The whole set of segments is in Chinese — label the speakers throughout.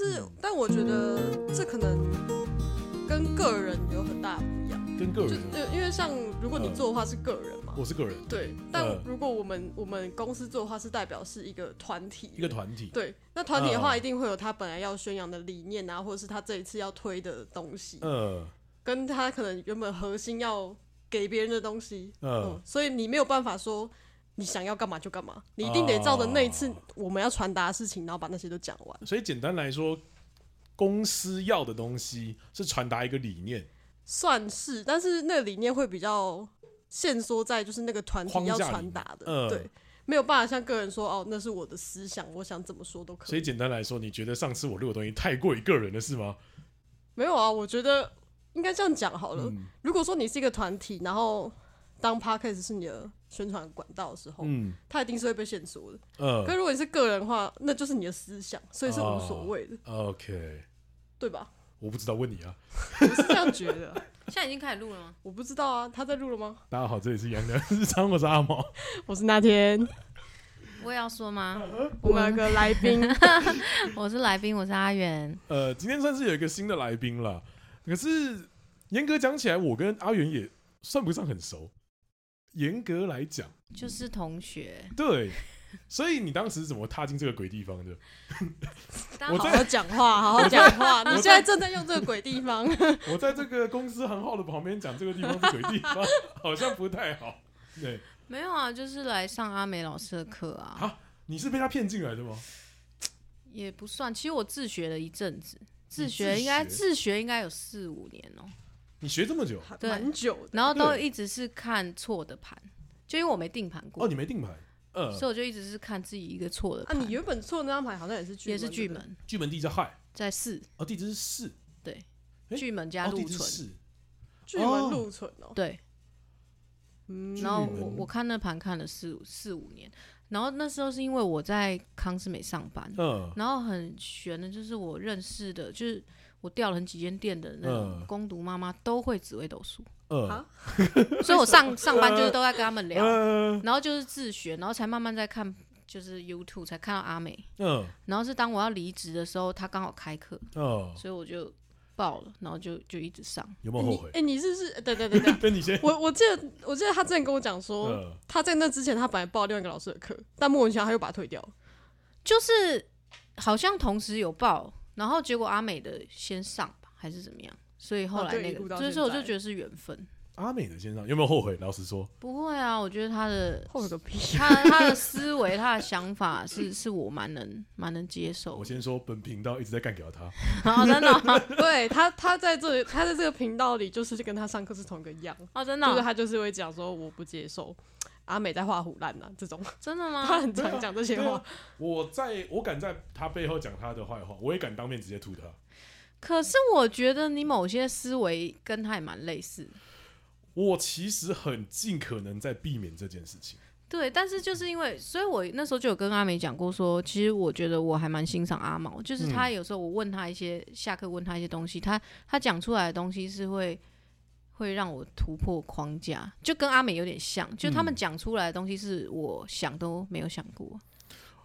Speaker 1: 是，
Speaker 2: 嗯
Speaker 1: 但我觉得这可能跟个人有很大不一样。
Speaker 2: 跟个
Speaker 1: 就
Speaker 2: 人，
Speaker 1: 就因为像如果你
Speaker 2: 嗯
Speaker 1: 做的话是个人嘛，
Speaker 2: 我是个人，
Speaker 1: 对。但
Speaker 2: 嗯
Speaker 1: 如果我们我们公司做的话是代表是一个团体，
Speaker 2: 一个团体，
Speaker 1: 对。那团体的话
Speaker 2: 嗯
Speaker 1: 一定会有他本来要宣扬的理念啊，或者是他这一次要推的东西，
Speaker 2: 嗯
Speaker 1: 跟他可能原本核心要给别人的东西，
Speaker 2: 嗯
Speaker 1: 嗯，所以你没有办法说你想要干嘛就干嘛，你一定得照着那一次
Speaker 2: 哦
Speaker 1: 我们要传达的事情，然后把那些都讲完。
Speaker 2: 所以简单来说，公司要的东西是传达一个理念
Speaker 1: 算是，但是那个理念会比较限缩在就是那个团体
Speaker 2: 框架
Speaker 1: 要
Speaker 2: 里
Speaker 1: 传达的，
Speaker 2: 嗯
Speaker 1: 对，没有办法像个人说哦，那是我的思想，我想怎么说都可
Speaker 2: 所以
Speaker 1: 以。
Speaker 2: 简单来说，你觉得上次我录的东西太过于个人了，是吗？
Speaker 1: 没有啊，我觉得应该这样讲好了。
Speaker 2: 嗯
Speaker 1: 如果说你是一个团体，然后当 podcast 是你的宣传管道的时候，
Speaker 2: 嗯
Speaker 1: 它一定是会被限缩的。哦可
Speaker 2: 呃
Speaker 1: 是如果你是个人的话，那就是你的思想，所以是无所谓的，
Speaker 2: 哦，OK，
Speaker 1: 对吧？
Speaker 2: 我不知道，问你啊。
Speaker 1: 我是这样觉得啊，
Speaker 3: 现在已经开始录了吗？
Speaker 1: 我不知道啊，他在录了吗？
Speaker 2: 大家好，这里是杨良 日常，我是阿毛。
Speaker 1: 我是那天
Speaker 3: 我也要说吗？
Speaker 1: 我们有个来宾，
Speaker 3: 我是来宾，我是阿元。
Speaker 2: 呃，今天算是有一个新的来宾了，可是严格讲起来，我跟阿元也算不上很熟。严格来讲，
Speaker 3: 就是同学，
Speaker 2: 对，所以你当时怎么踏进这个鬼地方的？
Speaker 3: 大
Speaker 2: 我
Speaker 1: 好
Speaker 2: 在
Speaker 1: 好讲话，好好讲话。你现在正在用这个鬼地方，
Speaker 2: 我在这个公司行号的旁边讲这个地方是鬼地方， 好像不太好。对，
Speaker 3: 没有啊，就是来上阿美老师的课啊，
Speaker 2: 啊你是被他骗进来的吗？
Speaker 3: 也不算。其实我自学了一阵子，自
Speaker 2: 你自
Speaker 3: 学
Speaker 2: 学
Speaker 3: 应该自学应该有四五年哦、
Speaker 2: 你学这么久？
Speaker 1: 还
Speaker 3: 对
Speaker 1: 蛮久的。
Speaker 3: 然后都一直是看错的盘，就因为我没定盘过，
Speaker 2: 哦，你没定牌。呃，
Speaker 3: 所以我就一直是看自己一个错的
Speaker 1: 啊，
Speaker 3: 盘。
Speaker 1: 你原本错的那张牌好像也是巨
Speaker 3: 也是巨
Speaker 1: 对不对
Speaker 3: 门，
Speaker 2: 巨门地叫亥，
Speaker 3: 在四
Speaker 2: 哦，地址是巳，诶
Speaker 3: 巨门加
Speaker 2: 哦，
Speaker 3: 禄
Speaker 2: 地址
Speaker 3: 存，
Speaker 2: 是
Speaker 1: 巨门禄存哦。
Speaker 3: 对，
Speaker 1: 嗯，
Speaker 3: 然后
Speaker 2: 巨
Speaker 3: 我
Speaker 2: 门
Speaker 3: 我看那盘看了四五四五年，然后那时候是因为我在康斯美上班，
Speaker 2: 嗯
Speaker 3: 然后很悬的就是我认识的，就是我调了很几间店的那种
Speaker 2: 嗯
Speaker 3: 工读妈妈都会紫微斗数，
Speaker 2: 嗯
Speaker 1: 啊
Speaker 3: 所以我上上班就是都在跟他们聊，
Speaker 2: 嗯
Speaker 3: 然后就是自学，然后才慢慢在看就是 YouTube 才看到阿美，
Speaker 2: 嗯
Speaker 3: 然后是当我要离职的时候，她刚好开课，
Speaker 2: 嗯，
Speaker 3: 所以我就报了，然后就就一直上，
Speaker 2: 有没有后
Speaker 1: 你
Speaker 2: 悔？
Speaker 1: 哎，你是不是？对对对对，
Speaker 2: 跟你先，
Speaker 1: 我我记得我记得他之前跟我讲
Speaker 3: 哦
Speaker 1: 说，
Speaker 2: 嗯
Speaker 1: 他在那之前他本来报另外一个老师的课，但莫文其妙他又把他退掉了。
Speaker 3: 就是好像同时有报，然后结果阿美的先上吧，还是怎么样？所以后
Speaker 1: 哦
Speaker 3: 来
Speaker 1: 对
Speaker 3: 那
Speaker 1: 一
Speaker 3: 个，
Speaker 1: 路到
Speaker 3: 所以
Speaker 1: 现
Speaker 3: 说我
Speaker 1: 在
Speaker 3: 就觉得是缘分。
Speaker 2: 阿美的先生有没有后悔？老实说，
Speaker 3: 不会啊，我觉得他的
Speaker 1: 后悔个屁！
Speaker 3: 他他的思维、他的想法是是我蛮能蛮能接受
Speaker 2: 我
Speaker 3: 的。
Speaker 2: 先说本频道一直在干掉他，
Speaker 3: 哦，真的哦
Speaker 1: 对他，他在这里，他在这个频道里，就是跟他上课是同一个样，
Speaker 3: 哦，真的
Speaker 1: 就是
Speaker 3: 哦
Speaker 1: 他就是会讲说我不接受阿美在画虎烂啊这种，
Speaker 3: 真的
Speaker 1: 他
Speaker 3: 吗？
Speaker 1: 很常讲这些
Speaker 2: 对
Speaker 1: 话
Speaker 2: 啊。我在我敢在他背后讲他的坏话，我也敢当面直接吐他。
Speaker 3: 可是我觉得你某些思维跟他也蛮类似，
Speaker 2: 我其实很尽可能在避免这件事情。
Speaker 3: 对。但是就是因为，所以我那时候就有跟阿美讲过说其实我觉得我还蛮欣赏阿毛，就是
Speaker 1: 嗯
Speaker 3: 他有时候我问他一些、下课问他一些东西，他他讲出来的东西是会。会让我突破框架，就跟阿美有点像，就他
Speaker 2: 嗯
Speaker 3: 们讲出来的东西是我想都没有想过，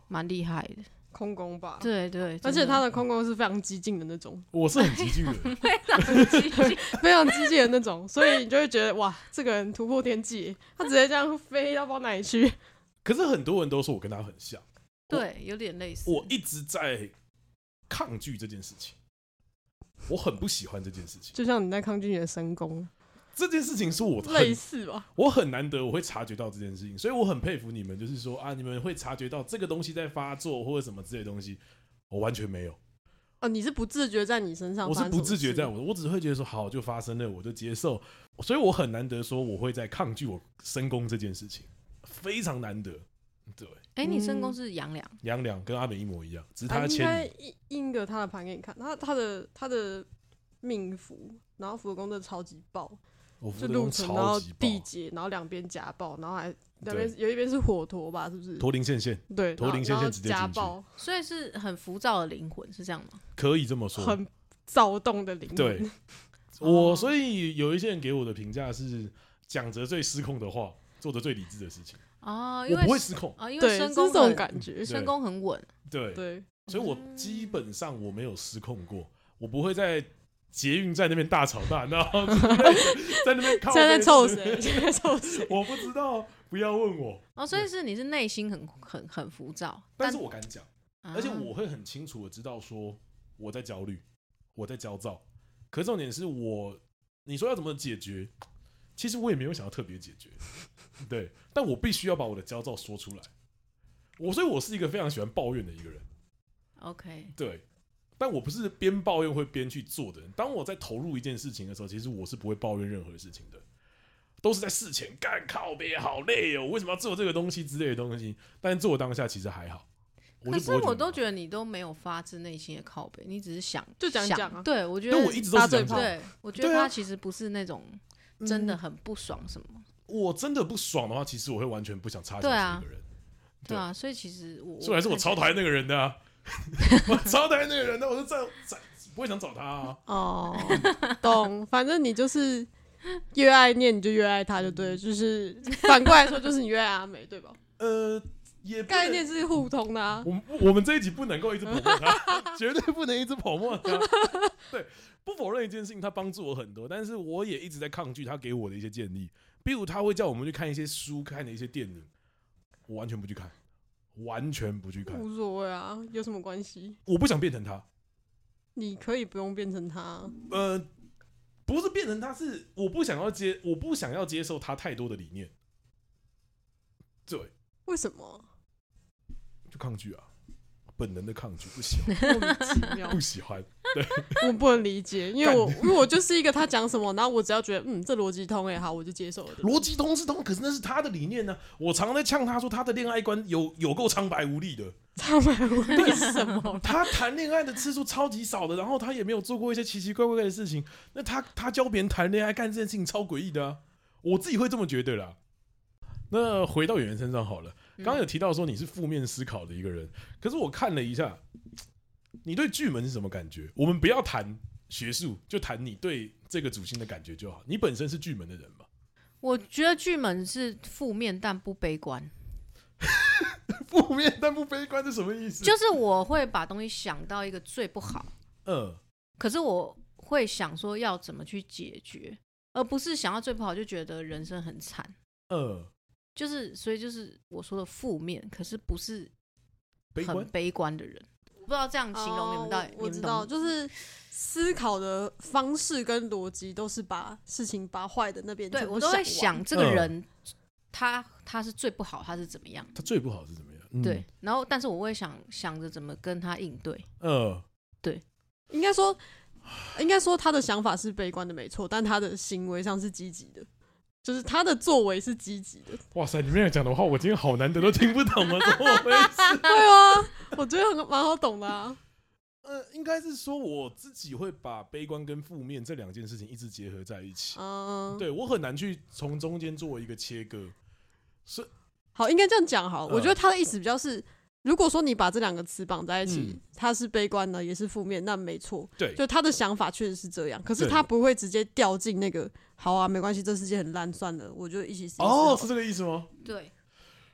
Speaker 3: 蛮厉害的。
Speaker 1: 空宫吧。
Speaker 3: 对对，
Speaker 1: 而且他
Speaker 3: 的
Speaker 1: 的空宫是非常激进的那种，
Speaker 2: 我是很激进的 人，
Speaker 1: 非常激进的那种，所以你就会觉得哇，这个人突破天际，他直接这样飞到不知道哪里去。
Speaker 2: 可是很多人都说我跟他很像，
Speaker 3: 对有点类似。
Speaker 2: 我一直在抗拒这件事情，我很不喜欢这件事情。
Speaker 1: 就像你在抗拒你的神 功，
Speaker 2: 这件事情是我
Speaker 1: 类
Speaker 2: 很
Speaker 1: 似吧？
Speaker 2: 我很难得我会察觉到这件事情，所以我很佩服你们，就是说啊，你们会察觉到这个东西在发作或者什么之类的东西，我完全没有，
Speaker 1: 哦，你是不自觉在你身上，
Speaker 2: 我是不自觉在，我我只会觉得说好就发生了，我就接受，所以我很难得说我会在抗拒我深宫这件事情，非常难得。对，
Speaker 3: 哎，你身
Speaker 1: 嗯
Speaker 3: 宫是杨良，
Speaker 2: 杨良跟阿美一模一样，只是他
Speaker 1: 啊
Speaker 2: 的
Speaker 1: 应该
Speaker 2: 迁移。
Speaker 1: 印印个他的盘给你看，他他的他的命符，然后符宫真的超级爆，
Speaker 2: 我
Speaker 1: 就
Speaker 2: 福德
Speaker 1: 路
Speaker 2: 宫
Speaker 1: 程，然后
Speaker 2: 超级
Speaker 1: 地
Speaker 2: 爆，
Speaker 1: 劫，然后两边夹爆，然后还两
Speaker 2: 对
Speaker 1: 边有一边是火陀吧，是不是？
Speaker 2: 驼铃线线
Speaker 1: 对，
Speaker 2: 驼
Speaker 1: 然后
Speaker 2: 铃线
Speaker 1: 然后
Speaker 2: 线直接
Speaker 1: 夹
Speaker 2: 进去
Speaker 1: 爆，
Speaker 3: 所以是很浮躁的灵魂，是这样吗？
Speaker 2: 可以这么说。
Speaker 1: 很躁动的灵魂。
Speaker 2: 对，我
Speaker 3: 哦
Speaker 2: 所以有一些人给我的评价是，讲着最失控的话，做着最理智的事情。
Speaker 3: 哦，因
Speaker 2: 我不
Speaker 3: 为
Speaker 2: 会失控，
Speaker 3: 啊，因为
Speaker 1: 对，
Speaker 3: 身
Speaker 1: 是这
Speaker 3: 宫
Speaker 1: 种
Speaker 3: 很
Speaker 1: 感觉。
Speaker 3: 身宫很稳，
Speaker 2: 对，
Speaker 1: 对，
Speaker 2: 所以我基本上我没有失控过，我不会在捷运站那边大吵大闹， 之类的在那边靠
Speaker 1: 现在
Speaker 2: 背
Speaker 1: 在臭
Speaker 2: 吃
Speaker 1: 谁？现在在臭 谁？
Speaker 2: 我不知道，不要问我。
Speaker 3: 哦，所以是你是内心很很很浮躁，
Speaker 2: 但是我敢讲，
Speaker 3: 啊
Speaker 2: 而且我会很清楚的知道说我在焦虑，我在焦躁。可是重点是我，你说要怎么解决？其实我也没有想要特别解决，对，但我必须要把我的焦躁说出来。我所以，我是一个非常喜欢抱怨的一个人，
Speaker 3: OK，
Speaker 2: 对。但我不是边抱怨会边去做的人。当我在投入一件事情的时候，其实我是不会抱怨任何事情的，都是在事前干靠别好累哦，为什么要做这个东西之类的东西。但做当下其实还好，我
Speaker 3: 可
Speaker 2: 就不
Speaker 3: 是
Speaker 2: 会得
Speaker 3: 我都觉得你都没有发自内心的靠背，你只是想
Speaker 1: 就讲
Speaker 3: 想
Speaker 1: 讲啊
Speaker 3: 对我觉得
Speaker 2: 但我一直都是
Speaker 1: 打嘴
Speaker 2: 这样子
Speaker 1: 炮
Speaker 3: 对，我觉得
Speaker 2: 对啊嗯
Speaker 3: 他其实不是那种真的很不爽什么，
Speaker 2: 我真的不爽的话，其实我会完全不想插进
Speaker 3: 对
Speaker 2: 去
Speaker 3: 啊
Speaker 2: 一个人。
Speaker 3: 对啊，所以其实我
Speaker 2: 虽然说我超讨厌那个人的、 啊，我超讨厌那个人的，我就再再不会想找他、啊。
Speaker 1: 哦， 懂，反正你就是越爱念你就越爱他，就
Speaker 3: 嗯
Speaker 1: 对了，就是反过来说，就是你越爱阿美， 对吧？
Speaker 2: 呃，也不能
Speaker 1: 概念是互通的、啊。
Speaker 2: 我们我们这一集不能够一直捧墨他，绝对不能一直捧墨他。对，不否认一件事情，他帮助我很多，但是我也一直在抗拒他给我的一些建议，比如他会叫我们去看一些书、看的一些电影，我完全不去看，完全不去看，
Speaker 1: 无所谓啊，有什么关系？
Speaker 2: 我不想变成他。
Speaker 1: 你可以不用变成他，
Speaker 2: 呃，不是变成他是我不想要接，我不想要接受他太多的理念，对，
Speaker 1: 为什 么？
Speaker 2: 就抗拒啊，本能的抗拒，不喜欢，
Speaker 1: 莫名其妙，
Speaker 2: 不喜欢，
Speaker 1: 我不能理解，因为我因为我就是一个他讲什么，然后我只要觉得嗯这逻辑通哎、好，我就接受了。
Speaker 2: 逻辑通是通，可是那是他的理念呢、我常常在呛他说他的恋爱观有有够苍白无力的，
Speaker 1: 他买我为什么？
Speaker 2: 他谈恋爱的次数超级少的，然后他也没有做过一些奇奇怪怪的事情，那他他教别人谈恋爱干这件事情超诡异的、啊，我自己会这么觉得啦。那回到演员身上好了。刚刚有提到说你是负面思考的一个人，可是我看了一下，你对巨门是什么感觉？我们不要谈学术，就谈你对这个主星的感觉就好。你本身是巨门的人嘛？
Speaker 3: 我觉得巨门是负面但不悲观，
Speaker 2: 嗯负面但不悲观是什么意思？
Speaker 3: 就是我会把东西想到一个最不好，
Speaker 2: 嗯，
Speaker 3: 可是我会想说要怎么去解决，而不是想要最不好就觉得人生很惨，
Speaker 2: 嗯，
Speaker 3: 就是所以就是我说的负面，可是不是
Speaker 2: 悲观
Speaker 3: 很悲观的人。我不知道这样形容你们到底、
Speaker 1: 哦
Speaker 3: 你
Speaker 1: 我
Speaker 3: 们
Speaker 1: 知道，
Speaker 3: 懂吗
Speaker 1: 就是思考的方式跟逻辑都是把事情把坏的那边
Speaker 3: 对
Speaker 1: 全部
Speaker 3: 我都会
Speaker 1: 想
Speaker 3: 想这个
Speaker 2: 嗯
Speaker 3: 人、他他是最不好，他是怎么样？
Speaker 2: 他最不好是怎么样？嗯、
Speaker 3: 对，，然后但是我会想想着怎么跟他应对。
Speaker 2: 嗯，
Speaker 1: 完，应该说。应该说他的想法是悲观的，没错，但他的行为上是积极的，就是他的作为是积极的。
Speaker 2: 哇塞，你们俩讲的话，我今天好难得都听不懂啊， 怎么回事？
Speaker 1: 对啊，我觉得很蛮好懂的啊。
Speaker 2: 呃，应该是说我自己会把悲观跟负面这两件事情一直结合在一起，
Speaker 1: 嗯，
Speaker 2: 对我很难去从中间做一个切割。
Speaker 1: 好，应该这样讲好了。
Speaker 2: 嗯
Speaker 1: 我觉得他的意思比较是，如果说你把这两个词绑在一起
Speaker 2: 嗯，
Speaker 1: 他是悲观的，也是负面，那没错。
Speaker 2: 对
Speaker 1: 就他的想法确实是这样，可是
Speaker 2: 对
Speaker 1: 他不会直接掉进那个“好啊，没关系，这世界很烂，算了，我就一起死”。
Speaker 2: 哦，是，这个意思吗？
Speaker 3: 对，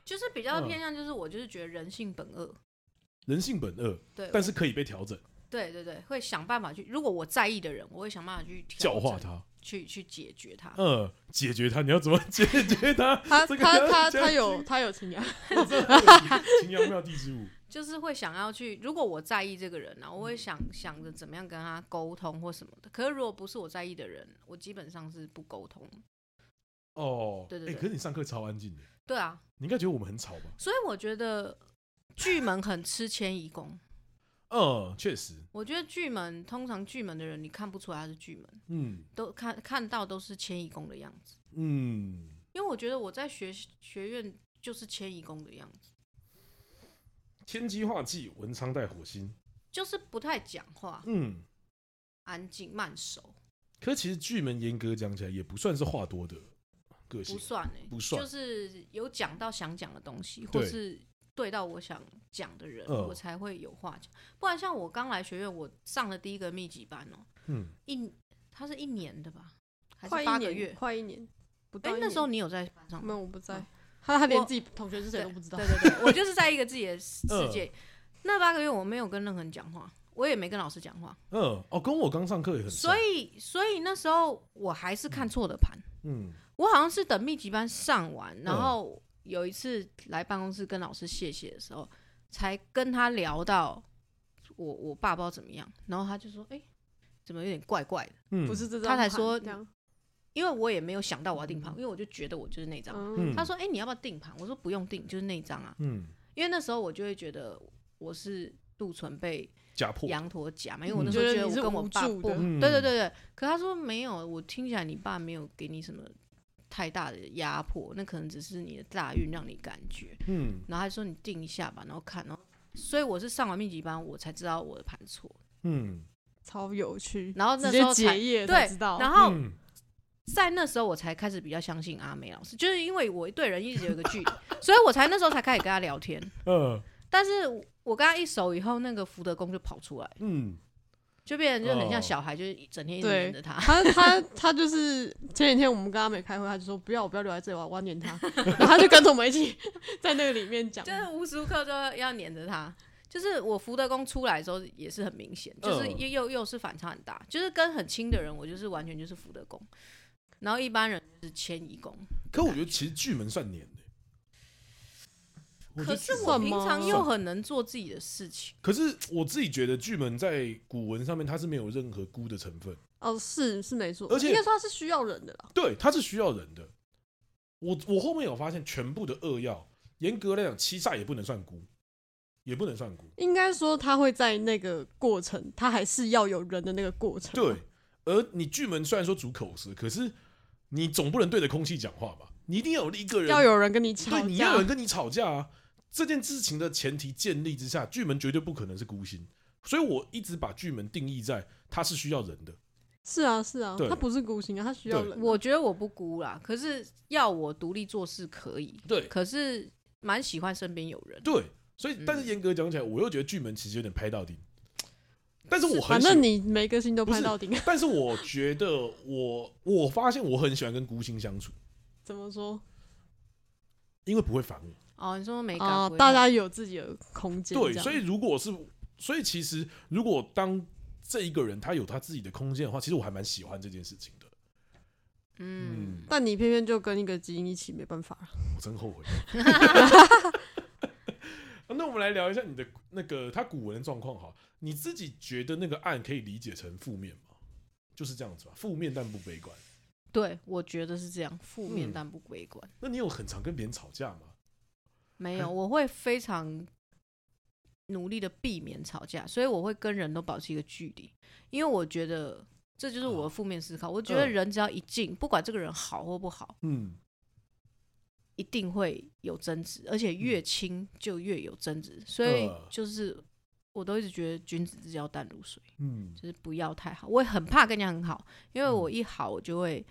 Speaker 3: 就是比较
Speaker 2: 嗯
Speaker 3: 偏向，就是我就是觉得人性本恶。
Speaker 2: 人性本恶，
Speaker 3: 对，
Speaker 2: 但是可以被调整，
Speaker 3: 对对对，会想办法去。如果我在意的人，我会想办法去调
Speaker 2: 教化
Speaker 3: 整，
Speaker 2: 他，
Speaker 3: 去去解决他。
Speaker 2: 嗯，解决他，你要怎么解决 他？
Speaker 1: 他
Speaker 2: 这个
Speaker 1: 他
Speaker 2: 要
Speaker 1: 他
Speaker 2: 加
Speaker 1: 他有他有情感，
Speaker 2: 秦阳庙第十五，
Speaker 3: 就是会想要去，如果我在意这个人呢、
Speaker 2: 嗯
Speaker 3: 我会想想着怎么样跟他沟通或什么的。可是如果不是我在意的人，我基本上是不沟通。
Speaker 2: 哦，
Speaker 3: 对对
Speaker 2: 哎
Speaker 3: 对
Speaker 2: 可是你上课超安静的，
Speaker 3: 对啊，
Speaker 2: 你应该觉得我们很吵吧？
Speaker 3: 所以我觉得巨门很吃迁移宫。
Speaker 2: 嗯，确实，
Speaker 3: 我觉得巨门通常巨门的人，你看不出来他是巨门，
Speaker 2: 嗯
Speaker 3: 都看看到都是迁移宫的样子。
Speaker 2: 嗯，
Speaker 3: 因为我觉得我在学学院就是迁移宫的样子，
Speaker 2: 天机化忌，文昌带火星，
Speaker 3: 就是不太讲话，
Speaker 2: 嗯，
Speaker 3: 安静慢熟，
Speaker 2: 可其实巨门严格讲起来也不算是话多的个性
Speaker 3: 不，算哎、
Speaker 2: 不算
Speaker 3: 就是有讲到想讲的东西，
Speaker 2: 对
Speaker 3: 或是对到我想讲的人，
Speaker 2: 嗯
Speaker 3: 我才会有话讲。不然像我刚来学院，我上了第一个密集班哦、
Speaker 2: 嗯，
Speaker 3: 一它是一年的吧，还
Speaker 1: 快
Speaker 3: 是
Speaker 1: 一
Speaker 3: 八个
Speaker 1: 年，
Speaker 3: 月？
Speaker 1: 快一年，不
Speaker 3: 哎、
Speaker 1: 到一
Speaker 3: 那时候
Speaker 1: 年
Speaker 3: 你有在班上吗？
Speaker 1: 没有，我不在
Speaker 3: 哦，
Speaker 1: 他他连
Speaker 3: 我
Speaker 1: 自己同学是谁都不知道
Speaker 2: 嗯
Speaker 3: 对。对对，我就是在一个自己的世界。那八个月我没有跟任何人讲话，我也没跟老师讲话，
Speaker 2: 嗯，哦，跟我刚上课也很像，
Speaker 3: 所以所以那时候我还是看错的盘，
Speaker 2: 嗯
Speaker 3: 我好像是等密集班上完，
Speaker 1: 嗯
Speaker 3: 然后有一次来办公室跟老师谢谢的时候，才跟他聊到我我爸不知道怎么样，然后他就说，哎、怎么有点怪怪的？
Speaker 2: 嗯，
Speaker 1: 不是这张
Speaker 3: 他才
Speaker 1: 盘
Speaker 3: 说
Speaker 1: 这样，
Speaker 3: 因为我也没有想到我要定盘，因为我就觉得我就是那张。
Speaker 1: 嗯
Speaker 2: 嗯，
Speaker 3: 他说，哎、你要不要定盘？我说不用定，就是那张啊。
Speaker 2: 嗯
Speaker 3: 因为那时候我就会觉得我是杜淳被
Speaker 2: 假破，
Speaker 3: 羊驼夹嘛，因为
Speaker 2: 嗯
Speaker 3: 我那时候
Speaker 1: 觉得
Speaker 3: 觉得
Speaker 1: 你
Speaker 3: 我
Speaker 1: 是
Speaker 3: 跟我
Speaker 1: 无
Speaker 3: 爸
Speaker 1: 助
Speaker 3: 不，
Speaker 1: 的
Speaker 2: 嗯
Speaker 3: 对对对对。可他说没有，我听起来你爸没有给你什么太大的压迫，那可能只是你的大运让你感觉。
Speaker 2: 嗯
Speaker 3: 然后他说你定一下吧，然后看，然后所以我是上完密集班我才知道我的盘错，
Speaker 2: 嗯，
Speaker 1: 超有趣，
Speaker 3: 然后那
Speaker 1: 直
Speaker 3: 时
Speaker 1: 接
Speaker 3: 候才
Speaker 1: 结业才
Speaker 3: 对
Speaker 1: 知道，，
Speaker 3: 然后
Speaker 2: 嗯
Speaker 3: 在那时候我才开始比较相信阿美老师，就是因为我对人一直有一个距离，所以我才那时候才开始跟他聊天。
Speaker 2: 呃
Speaker 3: 但是我跟他一熟以后，那个福德宫就跑出来，
Speaker 2: 嗯，
Speaker 3: 就变成就
Speaker 2: 哦
Speaker 3: 很像小孩，就是整天一直
Speaker 1: 对
Speaker 3: 黏着他。
Speaker 1: 他他他就是前几天我们跟阿美开会，他就说不要我不要留在这里，我要我要撵他， 然后他就跟着我们一起 在那个里面讲
Speaker 3: 就，是无时无刻都要黏着他。就是我福德宫出来的时候也是很明显，就是
Speaker 2: 嗯
Speaker 3: 又又又是反差很大，就是跟很亲的人，我就是完全就是福德宫，然后一般人就是迁移宫。
Speaker 2: 可我觉得其实巨门算黏的，我觉
Speaker 3: 可
Speaker 2: 得
Speaker 3: 是
Speaker 2: 巨门
Speaker 3: 我
Speaker 1: 算
Speaker 3: 平
Speaker 1: 吗
Speaker 3: 常又很能做自己的事情，
Speaker 2: 可是我自己觉得巨门在古文上面它是没有任何孤的成分，
Speaker 1: 哦是是没错，
Speaker 2: 而且
Speaker 1: 应该说他是需要人的啦，
Speaker 2: 对，它是需要人的。我我后面有发现，全部的恶药，严格来讲，七煞也不能算孤，也不能算孤。
Speaker 1: 应该说他会在那个过程，他还是要有人的那个过程，啊
Speaker 2: 对，，而你巨门虽然说主口舌，可是你总不能对着空气讲话吧？你一定要有一个人，
Speaker 1: 要有人跟你吵
Speaker 2: 对，你要有
Speaker 1: 架
Speaker 2: 人，跟你吵架啊。这件事情的前提建立之下，巨门绝对不可能是孤星，所以我一直把巨门定义在它是需要人的。
Speaker 1: 是啊是啊
Speaker 2: 对，
Speaker 1: 他不是孤星啊，他需要
Speaker 2: 对
Speaker 1: 人啊，
Speaker 3: 我觉得我不孤啦，可是要我独立做事可以，
Speaker 2: 对
Speaker 3: 可是蛮喜欢身边有人。
Speaker 2: 对，所以
Speaker 3: 嗯
Speaker 2: 但是严格讲起来，我又觉得巨门其实有点拍到底，但是我很
Speaker 1: 嗯反
Speaker 2: 喜欢
Speaker 1: 正你每个星都
Speaker 2: 不是
Speaker 1: 拍到顶，
Speaker 2: 但是我觉得我我发现我很喜欢跟孤星相处，
Speaker 1: 怎么说
Speaker 2: 因为不会烦我。
Speaker 3: 哦，你说没感
Speaker 1: 啊？
Speaker 3: 不会
Speaker 1: 大
Speaker 3: 吗
Speaker 1: 家有自己的空间，
Speaker 2: 对，
Speaker 1: 这样
Speaker 2: 所以如果是，所以其实如果当这一个人他有他自己的空间的话，其实我还蛮喜欢这件事情的。
Speaker 3: 嗯，
Speaker 1: 但你偏偏就跟一个基因一起，没办法啊啦
Speaker 2: 我真后悔。 那我们来聊一下你的那个他古文的状况哈，你自己觉得那个暗可以理解成负面吗？就是这样子吧，负面但不悲观。
Speaker 3: 对，我觉得是这样，负面
Speaker 2: 嗯
Speaker 3: 但不悲观。
Speaker 2: 那你有很常跟别人吵架吗？
Speaker 3: 没
Speaker 2: 还
Speaker 3: 有，我会非常努力的避免吵架，所以我会跟人都保持一个距离，因为我觉得这就是我的负面思考。我觉得
Speaker 2: 哦嗯
Speaker 3: 人只要一进，不管这个人好或不好，
Speaker 2: 嗯，
Speaker 3: 一定会有争执，而且越亲就越有争执。所以
Speaker 2: 嗯呃
Speaker 3: 就是我都一直觉得君子之交淡如水，
Speaker 2: 嗯
Speaker 3: 就是不要太好。我也很怕跟人家很好，因为我一好我就会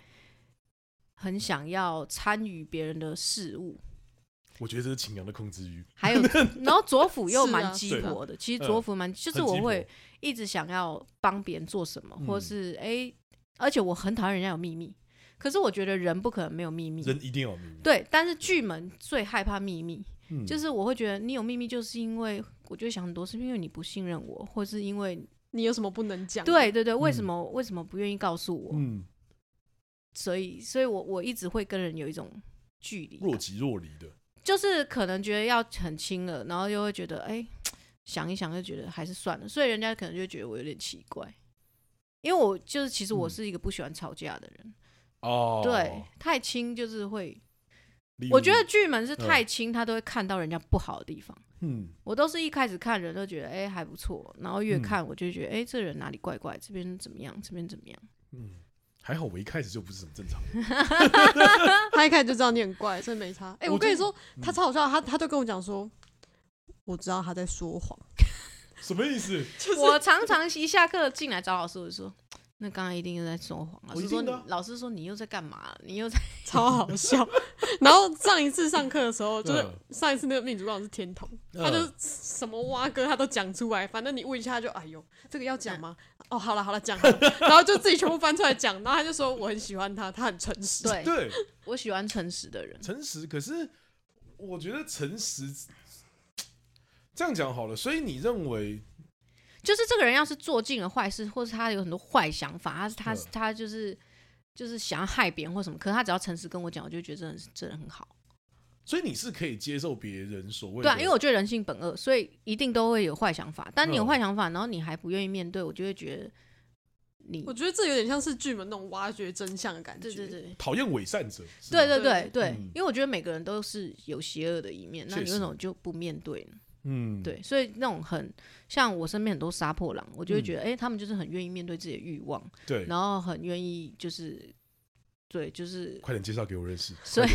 Speaker 3: 很想要参与别人的事物。
Speaker 2: 我觉得这是秦阳的控制欲。
Speaker 3: 还有，然后左辅又
Speaker 1: 是啊
Speaker 3: 蛮鸡
Speaker 2: 对
Speaker 3: 婆的。其实左辅蛮，就是
Speaker 2: 嗯很鸡
Speaker 3: 我
Speaker 2: 婆
Speaker 3: 会一直想要帮别人做什么，
Speaker 2: 嗯
Speaker 3: 或是哎、诶而且我很讨厌人家有秘密。可是我觉得人不可能没有秘密，
Speaker 2: 人一定要有秘密，
Speaker 3: 对。但是巨门最害怕秘密，
Speaker 2: 嗯
Speaker 3: 就是我会觉得你有秘密，就是因为我就会想很多，是因为你不信任我，或是因为
Speaker 1: 你有什么不能讲？
Speaker 3: 对，对对，为什
Speaker 2: 嗯
Speaker 3: 么、为什么不愿意告诉我？
Speaker 2: 嗯，
Speaker 3: 所以所以我我一直会跟人有一种距离感，
Speaker 2: 若即若离的。
Speaker 3: 就是可能觉得要很亲了，然后又会觉得哎、想一想就觉得还是算了，所以人家可能就会觉得我有点奇怪，因为我就是其实我
Speaker 2: 嗯
Speaker 3: 是一个不喜欢吵架的人，
Speaker 2: 哦，
Speaker 3: 对，太亲就是会，
Speaker 2: 例如
Speaker 3: 我觉得，巨门是太亲，他都会看到人家不好的地方。
Speaker 2: 嗯
Speaker 3: 我都是一开始看人都觉得哎、还不错，然后越
Speaker 2: 嗯
Speaker 3: 看我就觉得哎、这人哪里怪怪，这边怎么样，这边怎 么样，
Speaker 2: 嗯，还好我一开始就不是什么正常人。
Speaker 1: 他一开始就知道你很怪，所以没差。哎、
Speaker 2: 我
Speaker 1: 我跟
Speaker 2: 就
Speaker 1: 你说，
Speaker 2: 嗯
Speaker 1: 他超好笑，他他就跟我讲说，我知道他在说谎，
Speaker 2: 什么意思？
Speaker 3: 我常常一下课进来找老师，我就说。那刚刚一定又在说谎。老
Speaker 2: 我一
Speaker 3: 师说
Speaker 2: 定
Speaker 3: 你
Speaker 2: 的啊，
Speaker 3: 老师说你又在干嘛？你又在。
Speaker 1: 超好笑。 然后上一次上课的时候，就是
Speaker 2: 嗯
Speaker 1: 上一次那个命主长是天童，他就
Speaker 2: 嗯
Speaker 1: 什么蛙哥他都讲出来，反正你问一下他就哎呦，这个要讲吗？哦，好了好了，讲好了，然后就自己全部翻出来讲，然后他就说我很喜欢他，他很诚实。
Speaker 3: 对，
Speaker 2: 对
Speaker 3: 我喜欢诚实的人。
Speaker 2: 诚实，可是我觉得诚实这样讲好了，所以你认为
Speaker 3: 就是这个人要是做尽了坏事，或是他有很多坏想法，他是他
Speaker 2: 嗯
Speaker 3: 他就是就是想要害别人或什么，可是他只要诚实跟我讲，我就觉得这人这人很好。
Speaker 2: 所以你是可以接受别人所谓的
Speaker 3: 对啊，因为我觉得人性本恶，所以一定都会有坏想法。但你有
Speaker 2: 嗯
Speaker 3: 坏想法，然后你还不愿意面对，我就会觉得你
Speaker 1: 我觉得这有点像是剧本那种挖掘真相的感觉。
Speaker 3: 对对对
Speaker 2: 讨厌伪善者，是吗
Speaker 3: 对对对对
Speaker 2: 嗯，
Speaker 3: 因为我觉得每个人都是有邪恶的一面，那
Speaker 2: 确
Speaker 3: 你为什
Speaker 2: 实
Speaker 3: 么就不面对呢？
Speaker 2: 嗯，
Speaker 3: 对，所以那种很像我身边很多杀破狼，我就会
Speaker 2: 嗯
Speaker 3: 觉得，哎、他们就是很愿意面对自己的欲望，
Speaker 2: 对，
Speaker 3: 然后很愿意就是，对，就是
Speaker 2: 快点介绍给我认识，
Speaker 3: 所以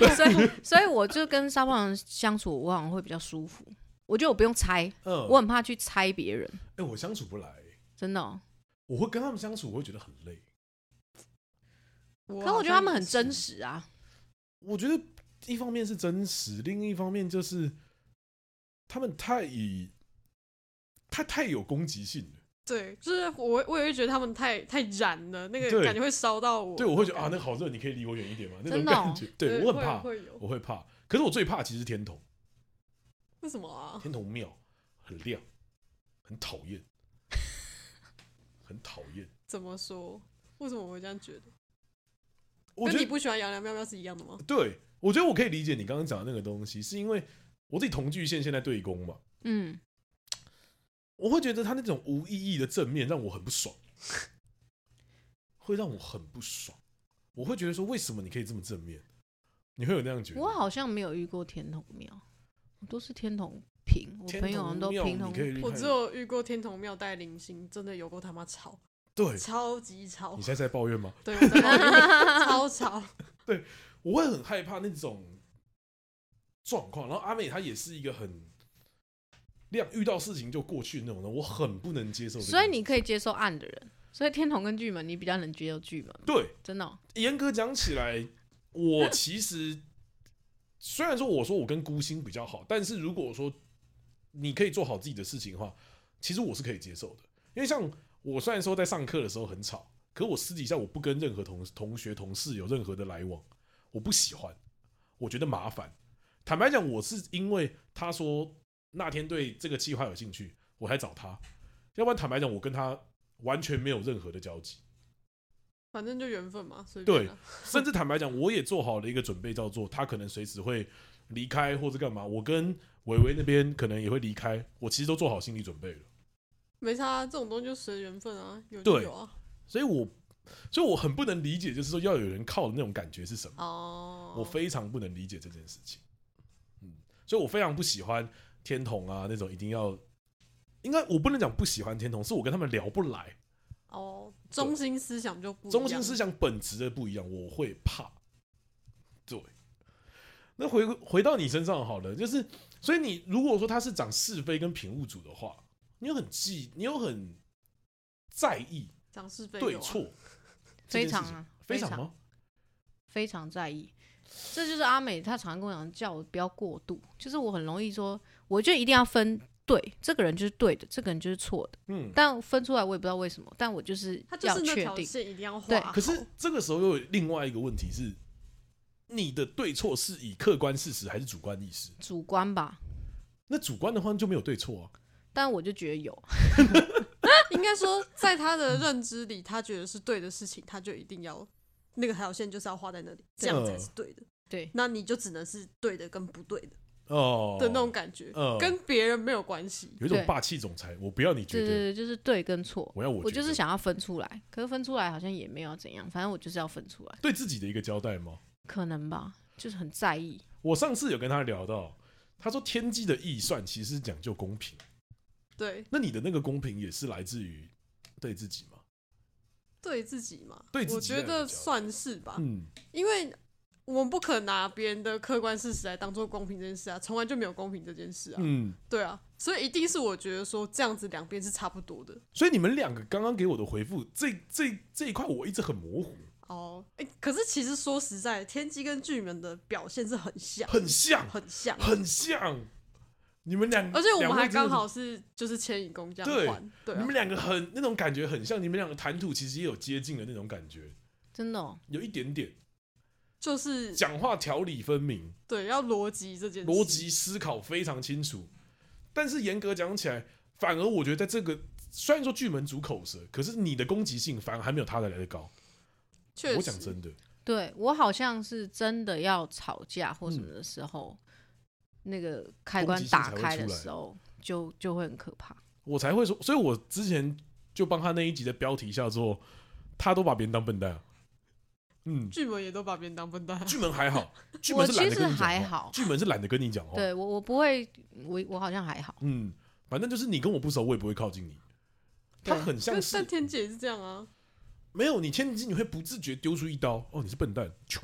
Speaker 2: 快点
Speaker 3: 所以所以我就跟沙胖人相处，我好像会比较舒服。我觉得我不用猜，
Speaker 2: 嗯，
Speaker 3: 我很怕去猜别人，
Speaker 2: 哎，我相处不来，
Speaker 3: 真的哦、
Speaker 2: 我会跟他们相处，我会觉得很累，
Speaker 1: 我
Speaker 3: 可
Speaker 1: 好像也是，
Speaker 3: 是我觉得他们很真实啊，
Speaker 2: 我觉得一方面是真实，另一方面就是他们太以他太有攻击性了。
Speaker 1: 对，就是我我也会觉得他们太太燃了，那个
Speaker 2: 对
Speaker 1: 感觉会烧到我。
Speaker 2: 对，我会觉得啊，
Speaker 1: 感
Speaker 2: 那个好热，你可以离我远一点吗？那种
Speaker 3: 真的哦
Speaker 2: 感觉，对我很怕，
Speaker 1: 会会有
Speaker 2: 我会怕。可是我最怕其实是天童，
Speaker 1: 为什么啊？
Speaker 2: 天童庙很亮，很讨厌，很讨厌。
Speaker 1: 怎么说？为什么我会这样觉得？
Speaker 2: 我觉
Speaker 1: 跟你
Speaker 2: 得
Speaker 1: 不喜欢杨良喵喵是一样的吗？
Speaker 2: 对，我觉得我可以理解你刚刚讲的那个东西，是因为我自己同居线现在对攻嘛，
Speaker 3: 嗯，
Speaker 2: 我会觉得他那种无意义的正面让我很不爽，会让我很不爽。我会觉得说，为什么你可以这么正面？你会有那样觉得？
Speaker 3: 我好像没有遇过天童庙，我都是天童平，我
Speaker 2: 天
Speaker 3: 朋友
Speaker 2: 童
Speaker 3: 好像都
Speaker 2: 庙
Speaker 3: 平
Speaker 2: 你
Speaker 3: 童
Speaker 2: 可以去
Speaker 1: 我
Speaker 2: 看
Speaker 1: 只有遇过天童庙带零星，真的有过他妈吵，
Speaker 2: 对，
Speaker 1: 超级吵
Speaker 2: 你，现在在抱怨吗？
Speaker 1: 对，我 在那里超吵。
Speaker 2: 我会很害怕那种状况。然后阿美她也是一个很亮，遇到事情就过去那种人，我很不能接受这个。
Speaker 3: 所以你可以接受暗的人，所以天童跟巨门你比较能接受巨门，
Speaker 2: 对
Speaker 3: 真的哦、
Speaker 2: 严格讲起来，我其实虽然说我说我跟孤星比较好，但是如果说你可以做好自己的事情的话，其实我是可以接受的。因为像我虽然说在上课的时候很吵，可我私底下我不跟任何同同学同事有任何的来往，我不喜欢，我觉得麻烦。坦白讲，我是因为他说那天对这个计划有兴趣，我才找他。要不然坦白讲，我跟他完全没有任何的交集。
Speaker 1: 反正就缘分嘛，所以
Speaker 2: 对甚至坦白讲，我也做好了一个准备，叫做他可能随时会离开或者干嘛。我跟伟伟那边可能也会离开，我其实都做好心理准备了。
Speaker 1: 没差啊，这种东西就随缘分啊，有就
Speaker 2: 对
Speaker 1: 有啊。
Speaker 2: 所以我，所以我很不能理解，就是说要有人靠的那种感觉是什么，
Speaker 1: 哦，
Speaker 2: 我非常不能理解这件事情。嗯，所以我非常不喜欢天童啊那种一定要，应该我不能讲不喜欢天童，是我跟他们聊不来，
Speaker 1: 哦，中心思想就不一样
Speaker 2: 中心思想本质的不一样，我会怕。对，那回回到你身上好了，就是所以你如果说他是讲是非跟平物主的话，你有很记，你有很在意
Speaker 1: 讲是非
Speaker 2: 对
Speaker 1: 有啊，
Speaker 2: 错，
Speaker 3: 非常
Speaker 2: 这件事情
Speaker 3: 啊，
Speaker 2: 非
Speaker 3: 常
Speaker 2: 常吗？
Speaker 3: 非常在意。这就是阿美，她常跟我讲，叫我不要过度，就是我很容易说，我就一定要分对，这个人就是对的，这个人就是错的。
Speaker 2: 嗯，
Speaker 3: 但分出来我也不知道为什么，但我就是
Speaker 1: 他就
Speaker 3: 要
Speaker 1: 是那
Speaker 3: 确
Speaker 1: 条
Speaker 3: 定。
Speaker 1: 线一定要
Speaker 3: 对
Speaker 1: 画好。
Speaker 2: 可是这个时候又有另外一个问题是，你的对错是以客观事实还是主观意识？
Speaker 3: 主观吧，
Speaker 2: 那主观的话就没有对错啊。
Speaker 3: 但我就觉得有，
Speaker 1: 应该说，在他的认知里，他觉得是对的事情，他就一定要那个条线就是要画在那里，这样
Speaker 2: 嗯
Speaker 1: 才是对的。
Speaker 3: 对，
Speaker 1: 那你就只能是对的跟不对的
Speaker 2: 哦，
Speaker 1: 的那种感觉，
Speaker 2: 嗯
Speaker 1: 跟别人没有关系。
Speaker 2: 有一种
Speaker 3: 对
Speaker 2: 霸气总裁，我不要你觉
Speaker 3: 对对
Speaker 2: 得，
Speaker 3: 对，就是对跟错。
Speaker 2: 我要我
Speaker 3: 我
Speaker 2: 觉
Speaker 3: 就是
Speaker 2: 得
Speaker 3: 想要分出来，可是分出来好像也没有怎样，反正我就是要分出来，
Speaker 2: 对自己的一个交代吗？
Speaker 3: 可能吧，就是很在意。
Speaker 2: 我上次有跟他聊到，他说天机的易算其实是讲究公平，
Speaker 1: 对，
Speaker 2: 那你的那个公平也是来自于对自己嘛？
Speaker 1: 对自己嘛，
Speaker 2: 对自己
Speaker 1: 我觉
Speaker 2: 那个
Speaker 1: 得
Speaker 2: 比较
Speaker 1: 算是吧，
Speaker 2: 嗯，
Speaker 1: 因为我们不可拿别人的客观事实来当做公平这件事啊，从来就没有公平这件事啊。
Speaker 2: 嗯，
Speaker 1: 对啊，所以一定是我觉得说这样子两边是差不多的。
Speaker 2: 所以你们两个刚刚给我的回复，这这这一块我一直很模糊，
Speaker 1: 哦，哎、可是其实说实在，天机跟巨门的表现是很像，
Speaker 2: 很像，
Speaker 1: 很像，
Speaker 2: 很像，你们两，
Speaker 1: 而且我们
Speaker 2: 两
Speaker 1: 还
Speaker 2: 位真的
Speaker 1: 刚
Speaker 2: 是
Speaker 1: 好是就是迁移宫这样换，对
Speaker 2: 你
Speaker 1: 啊
Speaker 2: 们，两个很那种感觉很像，你们两个谈吐其实也有接近的那种感觉，
Speaker 3: 真的、哦，
Speaker 2: 有一点点，
Speaker 1: 就是
Speaker 2: 讲话条理分明，
Speaker 1: 对要逻辑这件事
Speaker 2: 逻辑思考非常清楚，但是严格讲起来，反而我觉得在这个虽然说巨门主口舌，可是你的攻击性反而还没有他的来的高。
Speaker 1: 确
Speaker 2: 我
Speaker 1: 实
Speaker 2: 讲，真的，
Speaker 3: 对我好像是真的要吵架或
Speaker 2: 嗯
Speaker 3: 什么的时候，那个开关打开的时候，就就会很可怕。
Speaker 2: 我才会说，所以我之前就帮他那一集的标题下做，他都把别人当笨蛋啊。嗯，
Speaker 1: 剧本也都把别人当笨蛋。
Speaker 2: 巨门还 好，巨
Speaker 3: 我
Speaker 2: 门是懒
Speaker 3: 其
Speaker 2: 得
Speaker 3: 实
Speaker 2: 跟你
Speaker 3: 还
Speaker 2: 讲话，
Speaker 3: 好，
Speaker 2: 巨门是懒得跟你讲话。
Speaker 3: 对我我不会，我我好像还好。
Speaker 2: 嗯，反正就是你跟我不熟，我也不会靠近你。
Speaker 3: 对
Speaker 2: 他很像
Speaker 1: 但
Speaker 2: 是
Speaker 1: 但天姐也是这样啊，
Speaker 2: 没有你牵近，你会不自觉丢出一刀。哦，你是笨蛋，啾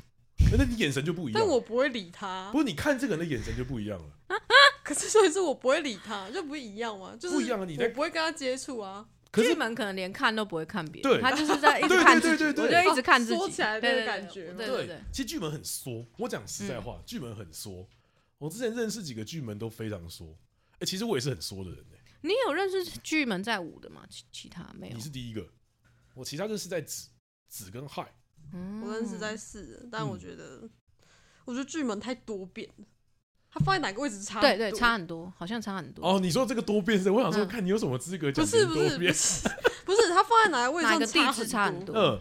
Speaker 2: 那你眼神就不一样。
Speaker 1: 但我不会理他
Speaker 2: 不。过你看这个人的眼神就不一样了。
Speaker 1: 可是所以是我不会理他，就不一样嘛，就是
Speaker 2: 不一样啊你在
Speaker 1: 我不会跟他接触啊，
Speaker 2: 可
Speaker 3: 剧
Speaker 2: 是
Speaker 3: 本可能连看都不会看别
Speaker 2: 对
Speaker 3: 人，他就 是在一直
Speaker 2: 对
Speaker 3: 看
Speaker 2: 对
Speaker 3: 自己，
Speaker 2: 对对
Speaker 3: 我
Speaker 2: 对
Speaker 3: 就一直看自己，
Speaker 1: 哦缩起来的
Speaker 3: 对对对
Speaker 1: 感觉
Speaker 3: 对
Speaker 2: 对
Speaker 3: 对对，
Speaker 2: 其实巨门很缩。我讲实在话，巨门很缩。我之前认识几个巨门都非常缩。哎、其实我也是很缩的人、欸、
Speaker 3: 你有认识巨门在舞的吗？其其他没有
Speaker 2: 你。是第一个，我其他就是在子子跟亥。
Speaker 3: 嗯
Speaker 1: 我认识在试，但
Speaker 2: 嗯
Speaker 1: 我觉得，我觉得巨门太多变了，他放在哪个位置差
Speaker 3: 对
Speaker 1: 很
Speaker 3: 对
Speaker 1: 多
Speaker 3: 差很多，好像差很多。
Speaker 2: 哦，你说这个多变是？我想说，
Speaker 3: 嗯
Speaker 2: 看你有什么资格讲
Speaker 1: 不是不
Speaker 2: 别人
Speaker 1: 是
Speaker 2: 多
Speaker 1: 不
Speaker 2: 变？
Speaker 1: 是不是，他放在哪个位置
Speaker 3: 哪
Speaker 1: 上
Speaker 3: 个地
Speaker 1: 很
Speaker 3: 址差很
Speaker 1: 多？
Speaker 3: 多？
Speaker 2: 嗯，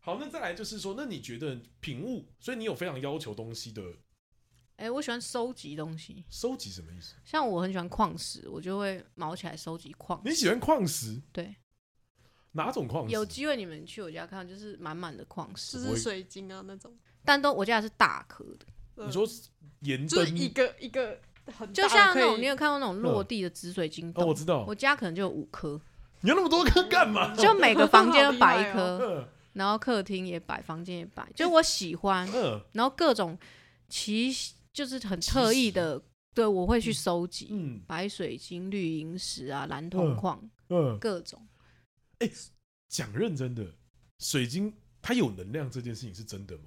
Speaker 2: 好，那再来就是说，那你觉得品物，所以你有非常要求东西的
Speaker 3: 哎、我喜欢收集东西，
Speaker 2: 收集什么意思？
Speaker 3: 像我很喜欢矿石，我就会毛起来收集矿
Speaker 2: 你喜欢矿石？
Speaker 3: 对，
Speaker 2: 哪种矿石？
Speaker 3: 有机会你们去我家看，就是满满的矿石，
Speaker 1: 就
Speaker 2: 我
Speaker 1: 是水晶啊那种。
Speaker 3: 但都我家是大颗的，
Speaker 1: 呃
Speaker 2: 你说盐
Speaker 1: 就是一
Speaker 2: 灯？
Speaker 1: 个一个很大
Speaker 3: 就像
Speaker 1: 可
Speaker 3: 那
Speaker 1: 以
Speaker 3: 种你有看过那种落地的紫水晶
Speaker 2: 哦，
Speaker 3: 洞，
Speaker 2: 我知道
Speaker 3: 我。家可能就有五颗，
Speaker 2: 你要那么多颗干嘛？
Speaker 3: 就每个房间都摆一
Speaker 1: 哦 好哦
Speaker 3: 颗，
Speaker 2: 嗯
Speaker 3: 然后客厅也摆，房间也摆，就我喜欢，
Speaker 2: 嗯
Speaker 3: 然后各种奇就是很特意的，对我会去收集。
Speaker 2: 嗯
Speaker 3: 白水晶、绿萤石啊、蓝铜
Speaker 2: 嗯
Speaker 3: 矿、
Speaker 2: 嗯，
Speaker 3: 各种，
Speaker 2: 讲认真的，水晶它有能量这件事情是真的吗？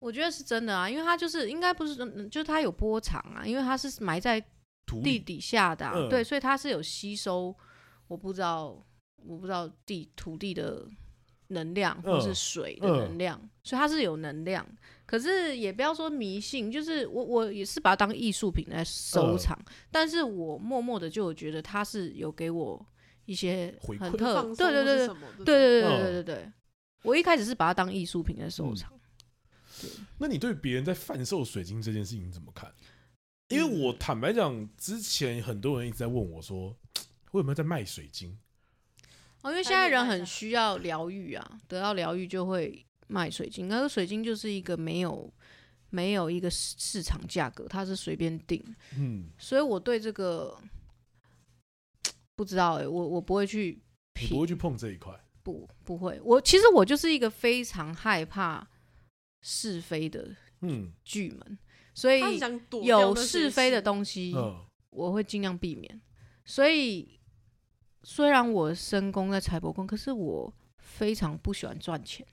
Speaker 3: 我觉得是真的啊，因为它就是应该不是，嗯就是它有波长啊，因为它是埋在
Speaker 2: 土
Speaker 3: 地
Speaker 2: 里
Speaker 3: 底下的、啊，
Speaker 2: 嗯
Speaker 3: 对，所以它是有吸收，我不知道，我不知道地土地的能量或是水的能量，所以它是有能量。可是也不要说迷信，就是我我也是把它当艺术品来收藏，但是我默默的就有觉得它是有给我一些
Speaker 2: 回
Speaker 3: 很
Speaker 2: 馈
Speaker 3: 特
Speaker 1: 放，松
Speaker 3: 对对
Speaker 1: 或
Speaker 3: 对
Speaker 1: 是
Speaker 3: 对
Speaker 1: 什么这种
Speaker 3: 对对对
Speaker 2: 嗯
Speaker 3: 对对对，我一开始是把它当艺术品在收藏。
Speaker 2: 那你对别人在贩售水晶这件事情怎么看？因为
Speaker 3: 嗯
Speaker 2: 我坦白讲，之前很多人一直在问我说，我有没有在卖水晶？
Speaker 3: 哦，因为现在人很需要疗愈啊，得到疗愈就会卖水晶，但是水晶就是一个没有没有一个市市场价格，它是随便定，
Speaker 2: 嗯，
Speaker 3: 所以我对这个不知道哎、我我不会去
Speaker 2: 你
Speaker 3: 评
Speaker 2: 不会去碰这一块。
Speaker 3: 不不会，我其实我就是一个非常害怕是非的
Speaker 2: 嗯
Speaker 3: 巨门，所以
Speaker 1: 他想躲掉
Speaker 3: 有
Speaker 1: 那些
Speaker 3: 是非的
Speaker 1: 事
Speaker 3: 东西，
Speaker 2: 嗯，
Speaker 3: 我会尽量避免。所以虽然我深宫在财帛宫，可是我非常不喜欢赚钱。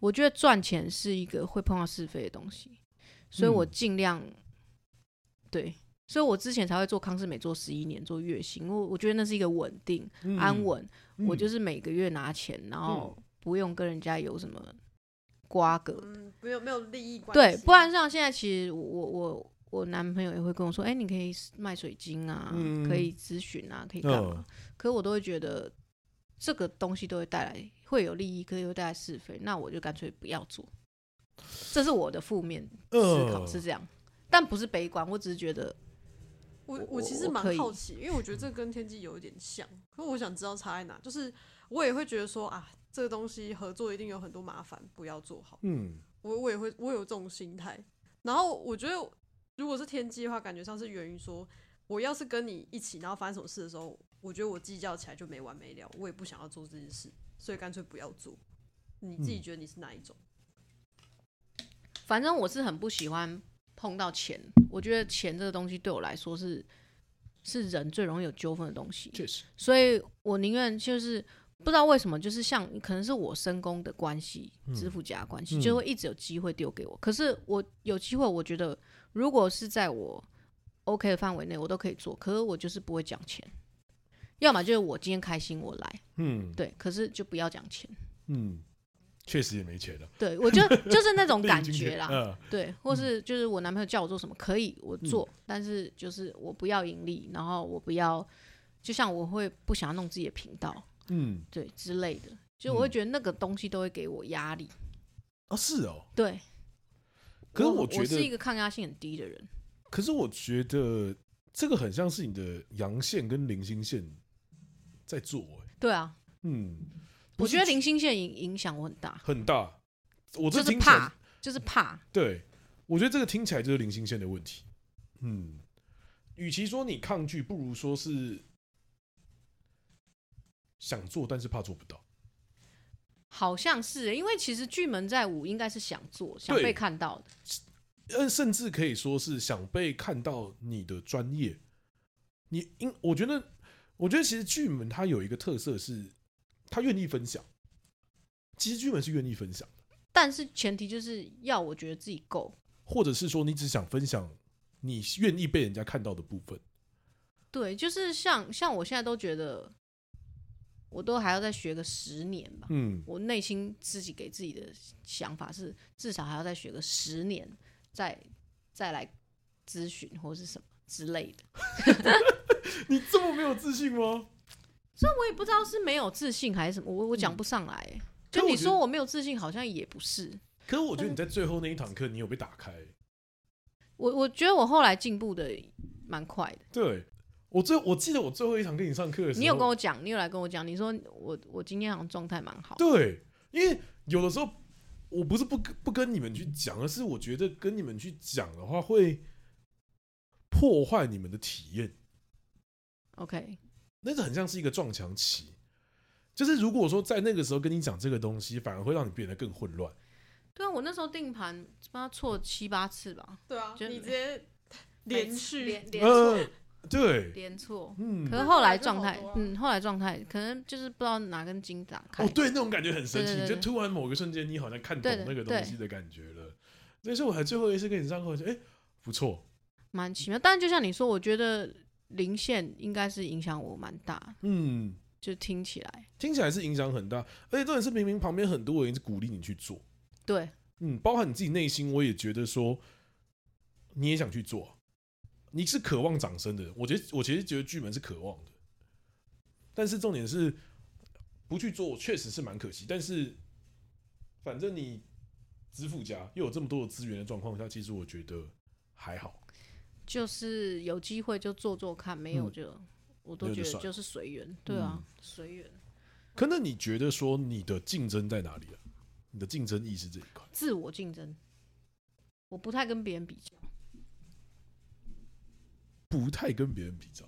Speaker 3: 我觉得赚钱是一个会碰到是非的东西，所以我
Speaker 2: 嗯
Speaker 3: 尽量、对，所以我之前才会做康斯美做十一年做月薪，因为我觉得那是一个稳定、
Speaker 2: 嗯
Speaker 3: 安。稳。我就是是每个月拿钱，然后不用跟人家有什么瓜葛，
Speaker 1: 嗯，没有没有利益关
Speaker 3: 对，
Speaker 1: 系
Speaker 3: 不然像现在其实我我我我男朋友也会跟我说，哎、你可以卖水晶啊，
Speaker 2: 嗯
Speaker 3: 可以咨询啊，可以干嘛？
Speaker 2: 嗯
Speaker 3: 可我都会觉得这个东西都会带来会有利益，可是又带来是非，那我就干脆不要做。这是我的负面思考、
Speaker 2: 嗯
Speaker 3: 是这样，但不是悲观，我只是觉得
Speaker 1: 我
Speaker 3: 我
Speaker 1: 我其实
Speaker 3: 我
Speaker 1: 蛮
Speaker 3: 可以
Speaker 1: 好奇，因为我觉得这跟天机有一点像，可我想知道差在哪。就是我也会觉得说啊，这个东西合作一定有很多麻烦，不要做好。
Speaker 2: 嗯
Speaker 1: 我我也会我有这种心态。然后我觉得如果是天机的话，感觉像是源于说，我要是跟你一起，然后发生什么事的时候，我觉得我计较起来就没完没了，我也不想要做这件事，所以干脆不要做。你自己
Speaker 2: 嗯
Speaker 1: 觉得你是哪一种？
Speaker 3: 反正我是很不喜欢碰到钱，我觉得钱这个东西对我来说是是人最容易有纠纷的东西。
Speaker 2: 确实，
Speaker 3: 所以我宁愿就是不知道为什么，就是像可能是我深宫的关系
Speaker 2: 嗯，
Speaker 3: 支付家关系，
Speaker 2: 嗯
Speaker 3: 就会一直有机会丢给我。可是我有机会，我觉得如果是在我 OK 的范围内，我都可以做。可是我就是不会讲钱，要么就是我今天开心我来，
Speaker 2: 嗯
Speaker 3: 对，可是就不要讲钱。
Speaker 2: 嗯，确实也没钱了，
Speaker 3: 对 我就就是那种
Speaker 2: 力
Speaker 3: 感
Speaker 2: 已经
Speaker 3: 觉
Speaker 2: 全
Speaker 3: 啦，
Speaker 2: 嗯，
Speaker 3: 对，或是就是我男朋友叫我做什么可以我做，但是就是我不要盈利，然后我不要，就像我会不想要弄自己的频道，
Speaker 2: 嗯，
Speaker 3: 对之类的，就我会觉得那个东西都会给我压力。
Speaker 2: 啊，是哦。
Speaker 3: 对，
Speaker 2: 可是
Speaker 3: 我
Speaker 2: 我觉
Speaker 3: 是一
Speaker 2: 得，
Speaker 3: 个抗压性很低的人，
Speaker 2: 可是我觉得这个很像是你的阳线跟零星线在做、欸，
Speaker 3: 对啊，
Speaker 2: 嗯，不
Speaker 3: 我
Speaker 2: 是
Speaker 3: 觉得零星线影影响我很大，
Speaker 2: 很大。我这
Speaker 3: 就是
Speaker 2: 听起来
Speaker 3: 怕，就是怕，
Speaker 2: 对，我觉得这个听起来就是零星线的问题。嗯，与其说你抗拒，不如说是想做，但是怕做不到。
Speaker 3: 好像是欸，因为其实巨门在舞应该是想做，想
Speaker 2: 对
Speaker 3: 被看到的，
Speaker 2: 呃，甚至可以说是想被看到你的专业。你因我觉得，我觉得其实巨门它有一个特色是，他愿意分享。其实巨门是愿意分享的，
Speaker 3: 但是前提就是要我觉得自己够，
Speaker 2: 或者是说你只想分享你愿意被人家看到的部分。
Speaker 3: 对，就是像像我现在都觉得，我都还要再学个十年吧。
Speaker 2: 嗯，
Speaker 3: 我内心自己给自己的想法是，至少还要再学个十年，再再来咨询或是什么之类的。
Speaker 2: 你这么没有自信吗？
Speaker 3: 我也不知道是没有自信还是什么，我我讲不上来欸、
Speaker 2: 嗯可
Speaker 3: 就
Speaker 2: 我
Speaker 3: 你
Speaker 2: 觉
Speaker 3: 说
Speaker 2: 得
Speaker 3: 我没有自信，好像也不是。
Speaker 2: 可是我觉得你在最后那一堂课，你有被打开。
Speaker 3: 我我觉得我后来进步的蛮快的。
Speaker 2: 对我最我记得我最后一堂跟你上课的时候，
Speaker 3: 你有跟我讲，你有来跟我讲，你说我我今天好像状态蛮好。
Speaker 2: 对，因为有的时候我不是不跟不跟你们去讲，而是我觉得跟你们去讲的话会破坏你们的体验，
Speaker 3: OK，
Speaker 2: 那个很像是一个撞墙期。就是如果说在那个时候跟你讲这个东西，反而会让你变得更混乱。
Speaker 3: 对啊，我那时候定盘，妈错七八次吧。
Speaker 1: 对啊，
Speaker 3: 觉得
Speaker 1: 你直 接
Speaker 3: 每
Speaker 1: 连
Speaker 3: 次
Speaker 1: 续嗯
Speaker 3: 连连错
Speaker 2: 呃，对，
Speaker 3: 连错。
Speaker 2: 嗯，
Speaker 3: 可是
Speaker 1: 那
Speaker 3: 后
Speaker 1: 后来
Speaker 3: 来
Speaker 1: 就
Speaker 3: 状
Speaker 1: 好
Speaker 3: 态
Speaker 1: 多啊，
Speaker 3: 嗯，后来状态可能就是不知道哪根筋打开。
Speaker 2: 哦，对，那种感觉很神奇，
Speaker 3: 对对对
Speaker 2: 就突然某个瞬间，你好像看懂
Speaker 3: 对对
Speaker 2: 那个
Speaker 3: 对
Speaker 2: 东西的感觉了。那是我还最后一次跟你上课，我觉得哎、不错，
Speaker 3: 蛮奇妙。但就像你说，我觉得零线应该是影响我蛮大，
Speaker 2: 嗯，
Speaker 3: 就听起来
Speaker 2: 听起来是影响很大，而且重点是明明旁边很多人一直鼓励你去做，
Speaker 3: 对
Speaker 2: 嗯，包含你自己内心，我也觉得说，你也想去做，你是渴望掌声的。我觉得，我其实觉得巨门是渴望的，但是重点是不去做，确实是蛮可惜。但是反正你支付家又有这么多的资源的状况下，其实我觉得还好。
Speaker 3: 就是有机会就做做看，没有
Speaker 2: 嗯
Speaker 3: 就、我都
Speaker 2: 没有
Speaker 3: 觉
Speaker 2: 就
Speaker 3: 得
Speaker 2: 算
Speaker 3: 就是随缘。对啊
Speaker 2: 嗯，
Speaker 3: 随缘、
Speaker 2: 可那你觉得说你的竞争在哪里啊？你的竞争意识这一块，
Speaker 3: 自我竞争，我不太跟别人比较。
Speaker 2: 不太跟别人比较，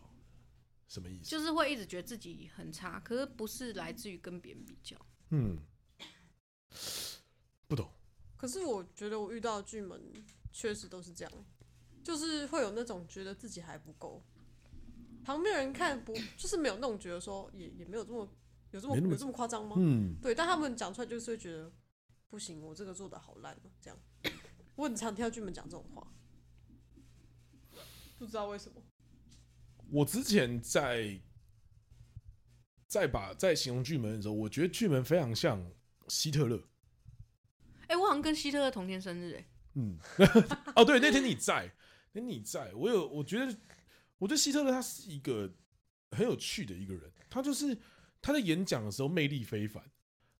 Speaker 2: 什么意思？
Speaker 3: 就是会一直觉得自己很差，可是不是来自于跟别人比较。
Speaker 2: 嗯，不懂。
Speaker 1: 可是我觉得我遇到的巨门确实都是这样，欸就是会有那种觉得自己还不够，旁边人看不就是没有那种觉得说也也没有这么有这么
Speaker 2: 没那么
Speaker 1: 有这么夸张吗？
Speaker 2: 嗯，
Speaker 1: 对，但他们讲出来就是会觉得不行，我这个做的好烂哦，这样。我很常听到巨门讲这种话，不知道为什么。
Speaker 2: 我之前在在把在形容巨门的时候，我觉得巨门非常像希特勒。
Speaker 3: 哎、我好像跟希特勒同天生日、哎，
Speaker 2: 嗯， 哦，对，那天你在，那天你在，我有，我觉得，我觉得希特勒他是一个很有趣的一个人，他就是他在演讲的时候魅力非凡，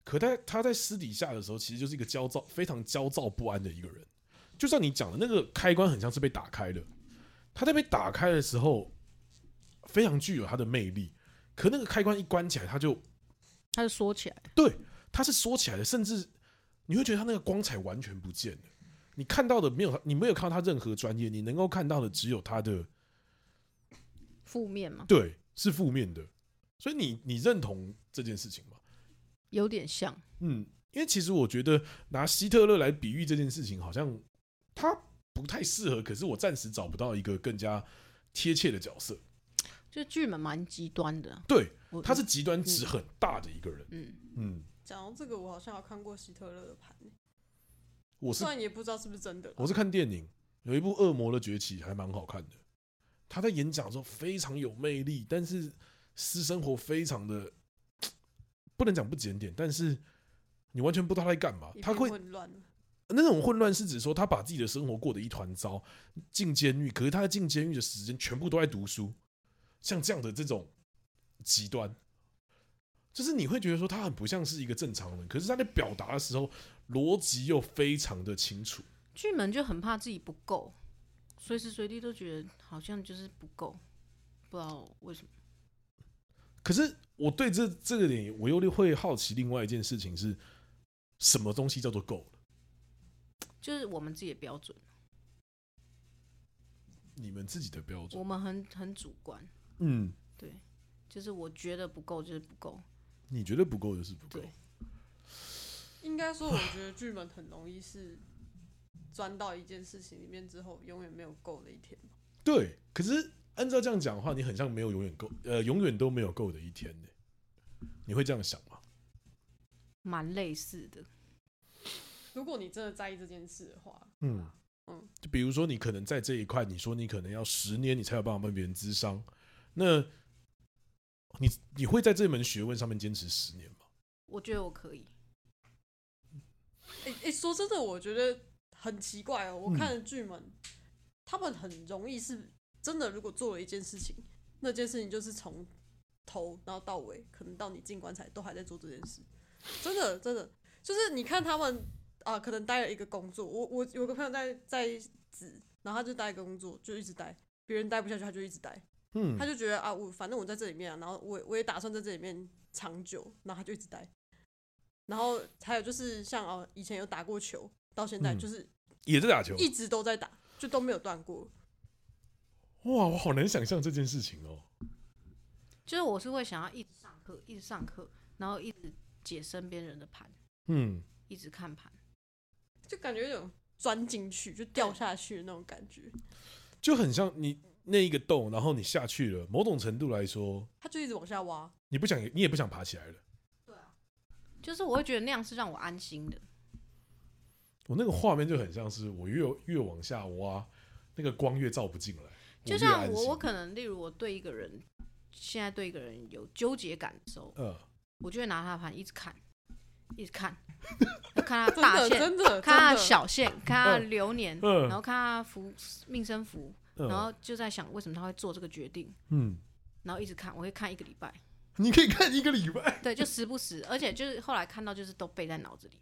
Speaker 2: 可在他在私底下的时候，其实就是一个焦躁、非常焦躁不安的一个人。就像你讲的那个开关，很像是被打开的，他在被打开的时候，非常具有他的魅力，可那个开关一关起来，他就
Speaker 3: 他就说起来，
Speaker 2: 它是缩起来的，甚至你会觉得它那个光彩完全不见了。你看到的没有，你没有看到他任何专业，你能够看到的只有他的
Speaker 3: 负面嘛，
Speaker 2: 对是负面的，所以你你认同这件事情吗？
Speaker 3: 有点像。
Speaker 2: 嗯，因为其实我觉得拿希特勒来比喻这件事情，好像他不太适合，可是我暂时找不到一个更加贴切的角色。
Speaker 3: 就剧本蛮极端的。啊
Speaker 2: 对，
Speaker 3: 我
Speaker 2: 他是极端值很大的一个人。
Speaker 3: 嗯，
Speaker 2: 嗯，
Speaker 1: 讲到这个，我好像有看过希特勒的盘，欸
Speaker 2: 我是
Speaker 1: 虽然也不知道是不是真的啦。
Speaker 2: 我是看电影，有一部《恶魔的崛起》还蛮好看的。他在演讲的时候非常有魅力，但是私生活非常的不能讲不检点，但是你完全不知道他在干嘛
Speaker 1: 一。
Speaker 2: 他
Speaker 1: 片
Speaker 2: 会
Speaker 1: 混乱了。
Speaker 2: 那种混乱是指说他把自己的生活过得一团糟，进监狱，可是他在进监狱的时间全部都在读书，像这样的这种极端，就是你会觉得说他很不像是一个正常人，可是他在表达的时候逻辑又非常的清楚。
Speaker 3: 巨门就很怕自己不够，随时随地都觉得好像就是不够，不知道为什么。
Speaker 2: 可是我对这这个点，我又会好奇另外一件事情是，什么东西叫做够了？
Speaker 3: 就是我们自己的标准，
Speaker 2: 你们自己的标准
Speaker 3: 我，们很很主观，
Speaker 2: 嗯，
Speaker 3: 对，就是我觉得不够就是不够，
Speaker 2: 你觉得不够就是不够
Speaker 3: 对。
Speaker 1: 应该说，我觉得剧本很容易是钻到一件事情里面之后，永远没有够的一天吧。
Speaker 2: 对，可是按照这样讲的话，你很像没有永远够，呃，永远都没有够的一天呢。你会这样想吗？
Speaker 3: 蛮类似的。
Speaker 1: 如果你真的在意这件事的话，
Speaker 2: 嗯
Speaker 1: 嗯
Speaker 2: 就比如说你可能在这一块，你说你可能要十年你才有办法帮别人咨商，那你你会在这门学问上面坚持十年吗？
Speaker 3: 我觉得我可以，
Speaker 1: 诶、诶、说真的，我觉得很奇怪哦。我看了剧本，他们很容易是真的，如果做了一件事情，那件事情就是从头然后到尾，可能到你进棺材都还在做这件事。真的，真的，就是你看他们啊，可能待了一个工作。我我有个朋友在在职，然后他就待一个工作，就一直待，别人待不下去，他就一直待。
Speaker 2: 嗯
Speaker 1: 他，就觉得啊，我反正我在这里面、啊，然后我我也打算在这里面长久，然后他就一直待。然后还有就是像哦，以前有打过球，到现在
Speaker 2: 嗯
Speaker 1: 就是
Speaker 2: 也在打球。
Speaker 1: 一直都在打，就都没有断过。
Speaker 2: 哇，我好难想象这件事情哦。
Speaker 3: 就是我是会想要一直上课，一直上课，然后一直解身边人的盘，
Speaker 2: 嗯，
Speaker 3: 一直看盘。
Speaker 1: 就感觉有种钻进去就掉下去的那种感觉。
Speaker 2: 就很像你那一个洞，然后你下去了，某种程度来说，
Speaker 1: 他就一直往下挖，
Speaker 2: 你不想，你也不想爬起来了。
Speaker 3: 就是我会觉得那样是让我安心的，
Speaker 2: 我那个画面就很像是我越越往下挖，那个光越照不进来。
Speaker 3: 就
Speaker 2: 越
Speaker 3: 像
Speaker 2: 安
Speaker 3: 我
Speaker 2: 心
Speaker 3: 我可能例如我对一个人现在对一个人有纠结感的时候，
Speaker 2: 呃，
Speaker 3: 我就会拿他的盘一直看，一直看，就看他
Speaker 1: 真
Speaker 3: 大
Speaker 1: 的
Speaker 3: 线，
Speaker 1: 真的
Speaker 3: 看他
Speaker 1: 真
Speaker 3: 的
Speaker 1: 的，
Speaker 3: 小线，看他的
Speaker 2: 嗯
Speaker 3: 流年，
Speaker 2: 嗯
Speaker 3: 然后看他福命生福，
Speaker 2: 嗯
Speaker 3: 然后就在想为什么他会做这个决定，
Speaker 2: 嗯，
Speaker 3: 然后一直看，我会看一个礼拜，
Speaker 2: 你可以看一个礼拜，
Speaker 3: 对，就时不时，而且就是后来看到就是都背在脑子里，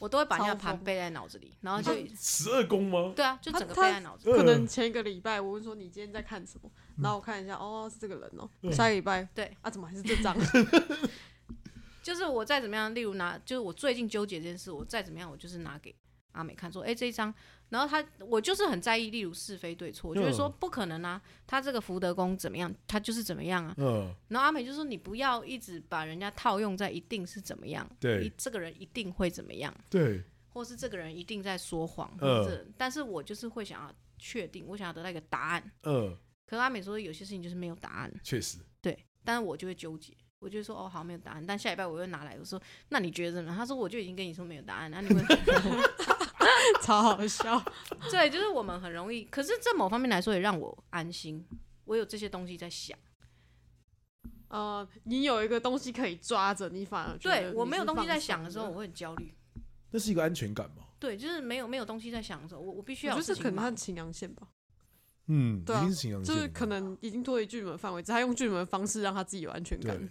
Speaker 3: 我都会把人家
Speaker 1: 超疯
Speaker 3: 盘背在脑子 里，然
Speaker 2: 嗯
Speaker 3: 后就
Speaker 2: 十二宫吗？
Speaker 3: 对啊，就
Speaker 1: 他
Speaker 3: 整个背
Speaker 1: 他
Speaker 3: 在脑
Speaker 2: 嗯
Speaker 3: 子里，
Speaker 1: 可能前一个礼拜我问说你今天在看什么，然后我看一下，哦是这个人哦，
Speaker 2: 嗯
Speaker 1: 下一个礼拜
Speaker 3: 对
Speaker 1: 啊怎么还是这张？
Speaker 3: 就是我再怎么样，例如拿，就是我最近纠结这件事，我再怎么样，我就是拿给阿美看说，哎、这一张，然后他我就是很在意，例如是非对错，我就会说不可能啊，他这个福德宫怎么样，他就是怎么样啊。
Speaker 2: 嗯，
Speaker 3: 然后阿美就说你不要一直把人家套用在一定是怎么样，
Speaker 2: 对
Speaker 3: 一这个人一定会怎么样，
Speaker 2: 对，
Speaker 3: 或是这个人一定在说谎，
Speaker 2: 嗯
Speaker 3: 或者但是我就是会想要确定，我想要得到一个答案。
Speaker 2: 嗯，
Speaker 3: 可是阿美说有些事情就是没有答案，
Speaker 2: 确实，
Speaker 3: 对，但是我就会纠结，我就会说哦好没有答案，但下礼拜我又拿来，我说那你觉得呢？他说我就已经跟你说没有答案，那你们
Speaker 1: 超好笑，
Speaker 3: 对，就是我们很容易，可是这某方面来说也让我安心，我有这些东西在想，
Speaker 1: 呃，你有一个东西可以抓着，你反而觉得
Speaker 3: 对
Speaker 1: 你
Speaker 3: 我没有
Speaker 1: 是
Speaker 3: 东
Speaker 1: 放
Speaker 3: 西在
Speaker 1: 松
Speaker 3: 想的时候，
Speaker 1: 的
Speaker 3: 我会很焦虑，
Speaker 2: 那是一个安全感嘛？
Speaker 3: 对，就是没有没有东西在想的时候，我我必须
Speaker 1: 我
Speaker 3: 要
Speaker 1: 觉
Speaker 3: 有
Speaker 1: 得
Speaker 3: 事
Speaker 1: 是可能
Speaker 3: 情忙
Speaker 1: 和秦阳线吧，
Speaker 2: 嗯，
Speaker 1: 对
Speaker 2: 一
Speaker 1: 啊
Speaker 2: 定是情阳
Speaker 1: 就
Speaker 2: 线
Speaker 1: 是
Speaker 2: 的
Speaker 1: 可能已经脱离巨门的范围，只是他用巨门的方式让他自己有安全感
Speaker 2: 对。。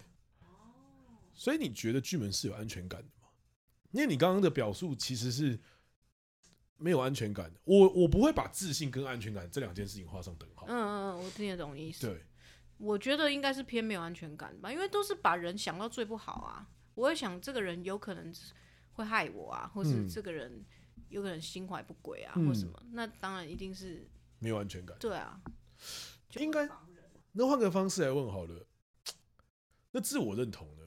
Speaker 2: 所以你觉得巨门是有安全感的吗？因为你刚刚的表述其实是没有安全感的。我我不会把自信跟安全感这两件事情画上等号。
Speaker 3: 嗯嗯嗯，我听得懂你意思。
Speaker 2: 对，
Speaker 3: 我觉得应该是偏没有安全感吧，因为都是把人想到最不好啊。我会想这个人有可能会害我啊，或是
Speaker 2: 嗯
Speaker 3: 这个人有可能心怀不轨啊，
Speaker 2: 嗯
Speaker 3: 或什么。那当然一定是
Speaker 2: 没有安全感。
Speaker 3: 对啊，就
Speaker 2: 应该那换个方式来问好了，那自我认同呢？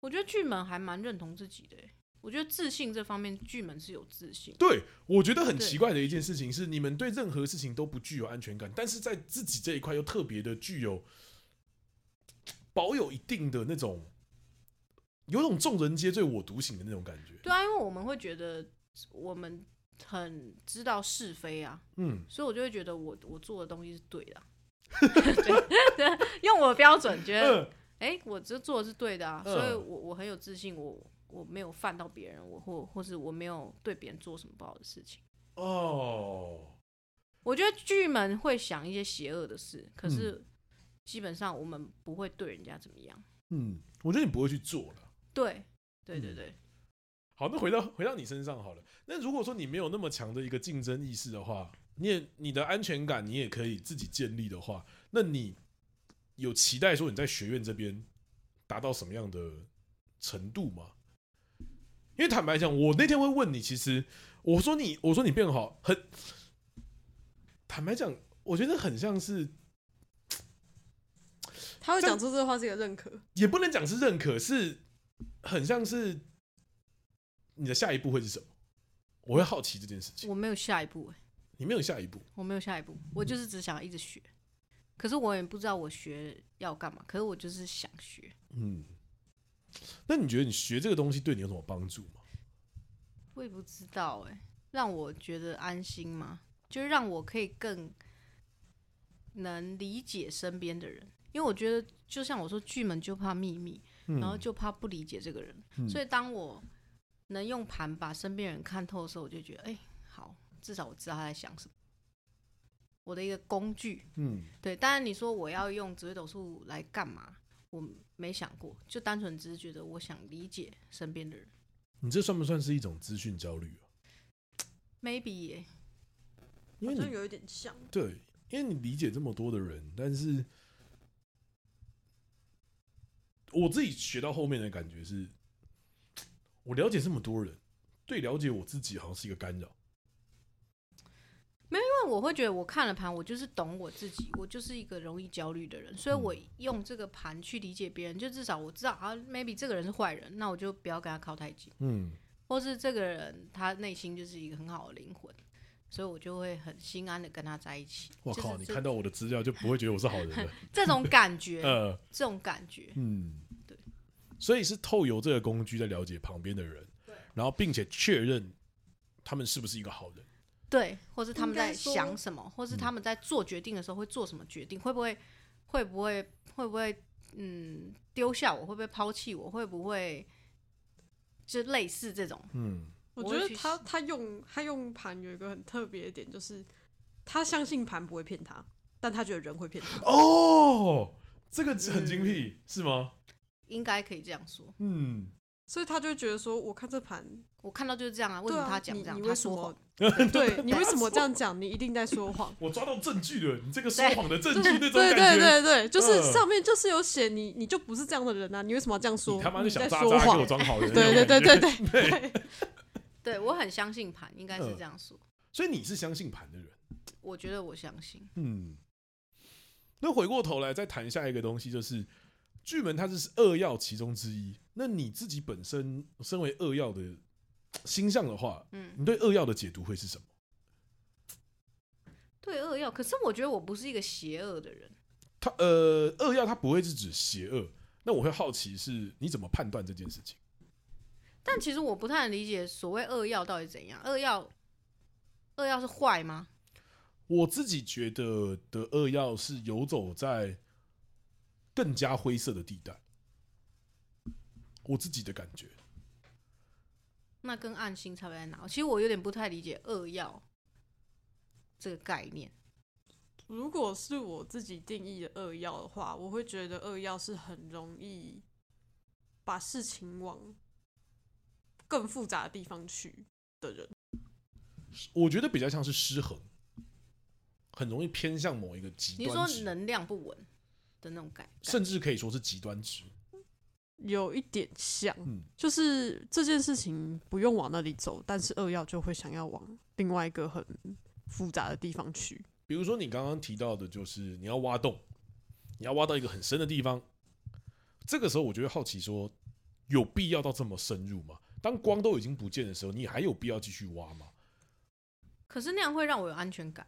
Speaker 3: 我觉得巨门还蛮认同自己的欸、我觉得自信这方面，巨门是有自信。
Speaker 2: 对，我觉得很
Speaker 3: 对
Speaker 2: 奇怪的一件事情是，你们对任何事情都不具有安全感，但是在自己这一块又特别的具有保有一定的那种，有种众人皆醉我独醒的那种感觉。
Speaker 3: 对啊，因为我们会觉得我们很知道是非啊，
Speaker 2: 嗯，
Speaker 3: 所以我就会觉 得我我做的东西是对的啊、对对，用我的标准觉得
Speaker 2: 嗯
Speaker 3: 哎、我这做的是对的啊，
Speaker 2: 嗯
Speaker 3: 所以我我很有自信，我我没有犯到别人，我或或是我没有对别人做什么不好的事情。
Speaker 2: 哦，
Speaker 3: 我觉得巨门会想一些邪恶的事，可是基本上我们不会对人家怎么样。
Speaker 2: 嗯，我觉得你不会去做了。
Speaker 3: 对，对对
Speaker 2: 嗯
Speaker 3: 对，
Speaker 2: 好，那回到回到你身上好了。那如果说你没有那么强的一个竞争意识的话，你也你的安全感你也可以自己建立的话，那你有期待说你在学院这边达到什么样的程度吗？因为坦白讲，我那天会问你，其实我说你我说你变好，很坦白讲，我觉得很像是
Speaker 1: 他会讲出这话是一个认可，
Speaker 2: 也不能讲是认可，是很像是你的下一步会是什么？我会好奇这件事情。
Speaker 3: 我没有下一步、欸，
Speaker 2: 你没有下一步，
Speaker 3: 我没有下一步，我
Speaker 2: 嗯
Speaker 3: 就是只想一直学，可是我也不知道我学要干嘛，可是我就是想学。
Speaker 2: 嗯，那你觉得你学这个东西对你有什么帮助吗？
Speaker 3: 我也不知道哎、让我觉得安心吗？就是让我可以更能理解身边的人，因为我觉得就像我说，巨门就怕秘密，然后就怕不理解这个人，
Speaker 2: 嗯
Speaker 3: 所以当我能用盘把身边人看透的时候，我就觉得哎、好，至少我知道他在想什么。我的一个工具，
Speaker 2: 嗯
Speaker 3: 对，当然你说我要用紫微斗数来干嘛？我没想过，就单纯只是觉得我想理解身边的人
Speaker 2: 你这算不算是一种资讯焦虑啊？
Speaker 3: ，maybe 耶、
Speaker 2: 因
Speaker 1: 好
Speaker 2: 为
Speaker 1: 像
Speaker 2: 你
Speaker 1: 有一点像。
Speaker 2: 对，因为你理解这么多的人，但是我自己学到后面的感觉是，我了解这么多人，对了解我自己好像是一个干扰。
Speaker 3: 但我会觉得我看了盘，我就是懂我自己，我就是一个容易焦虑的人，所以
Speaker 2: 嗯
Speaker 3: 我用这个盘去理解别人，就至少我知道啊，maybe 这个人是坏人，那我就不要跟他靠太近，
Speaker 2: 嗯
Speaker 3: 或是这个人他内心就是一个很好的灵魂，所以我就会很心安的跟他在一起。
Speaker 2: 我靠，
Speaker 3: 就是
Speaker 2: 你
Speaker 3: 这
Speaker 2: 看到我的资料就不会觉得我是好人 了。
Speaker 3: 这种感觉，
Speaker 2: 呃，
Speaker 3: 这种感觉，
Speaker 2: 嗯，
Speaker 3: 对。
Speaker 2: 所以是透由这个工具在了解旁边的人，然后并且确认他们是不是一个好人。
Speaker 3: 对，或是他们
Speaker 1: 应该
Speaker 3: 在
Speaker 1: 说
Speaker 3: 想什么，或是他们在做决定的时候会做什么决定，会不会会不会会不会嗯丢下我，会不会抛弃我，会不会就类似这种，
Speaker 2: 嗯
Speaker 1: 我
Speaker 3: 我
Speaker 1: 觉得
Speaker 3: 会去
Speaker 1: 他
Speaker 3: 试
Speaker 1: 他用他用盘有一个很特别的点，就是他相信盘不会骗他，但他觉得人会骗 他。
Speaker 2: 哦，这个很
Speaker 1: 嗯
Speaker 2: 精辟、是吗？
Speaker 3: 应该可以这样说。
Speaker 2: 嗯，
Speaker 1: 所以他就会觉得说，我看这盘，
Speaker 3: 我看到就是这样啊，为什
Speaker 1: 对
Speaker 3: 么
Speaker 1: 啊
Speaker 3: 他讲这样？
Speaker 1: 你你
Speaker 3: 他
Speaker 1: 为什
Speaker 3: 说
Speaker 1: 么
Speaker 3: 谎，？
Speaker 1: 对你为什么这样讲？你一定在说 谎。
Speaker 2: 我抓到证据了，你这个说谎的证据那种
Speaker 1: 对
Speaker 2: 感觉，
Speaker 1: 对对对，就是
Speaker 2: 嗯
Speaker 1: 上面就是有写你，你就不是这样的人啊！你为什么要这样说？
Speaker 2: 你他妈就想
Speaker 1: 在
Speaker 2: 渣
Speaker 1: 说
Speaker 2: 渣给我
Speaker 1: 谎。
Speaker 2: 装好人，
Speaker 1: 对对对对。对对，
Speaker 3: 对我很相信盘，应该是
Speaker 2: 嗯
Speaker 3: 这样说。
Speaker 2: 所以你是相信盘的人，
Speaker 3: 我觉得我相信，
Speaker 2: 嗯。那回过头来再谈下一个东西，就是巨门它是二曜其中之一。那你自己本身身为二曜的星象的话，
Speaker 3: 嗯，
Speaker 2: 你对二曜的解读会是什么？
Speaker 3: 对恶要。可是我觉得我不是一个邪恶的人，
Speaker 2: 它呃，二曜它不会是指邪恶，那我会好奇是你怎么判断这件事情？
Speaker 3: 但其实我不太能理解所谓恶要到底怎样。恶要，恶要是坏吗？
Speaker 2: 我自己觉得的二曜是游走在更加灰色的地带，我自己的感觉。
Speaker 3: 那跟暗星差别在哪？其实我有点不太理解恶要这个概念。
Speaker 1: 如果是我自己定义的二要的话，我会觉得二要是很容易把事情往更复杂的地方去的人。
Speaker 2: 我觉得比较像是失衡，很容易偏向某一个极
Speaker 3: 你
Speaker 2: 端
Speaker 3: 说
Speaker 2: 值，
Speaker 3: 能量不稳的那种感，
Speaker 2: 甚至可以说是极端值。
Speaker 1: 有一点像，
Speaker 2: 嗯
Speaker 1: 就是这件事情不用往那里走，但是二要就会想要往另外一个很复杂的地方去。
Speaker 2: 比如说你刚刚提到的，就是你要挖洞，你要挖到一个很深的地方，这个时候我就会好奇说，有必要到这么深入吗？当光都已经不见的时候，你还有必要继续挖吗？
Speaker 3: 可是那样会让我有安全感。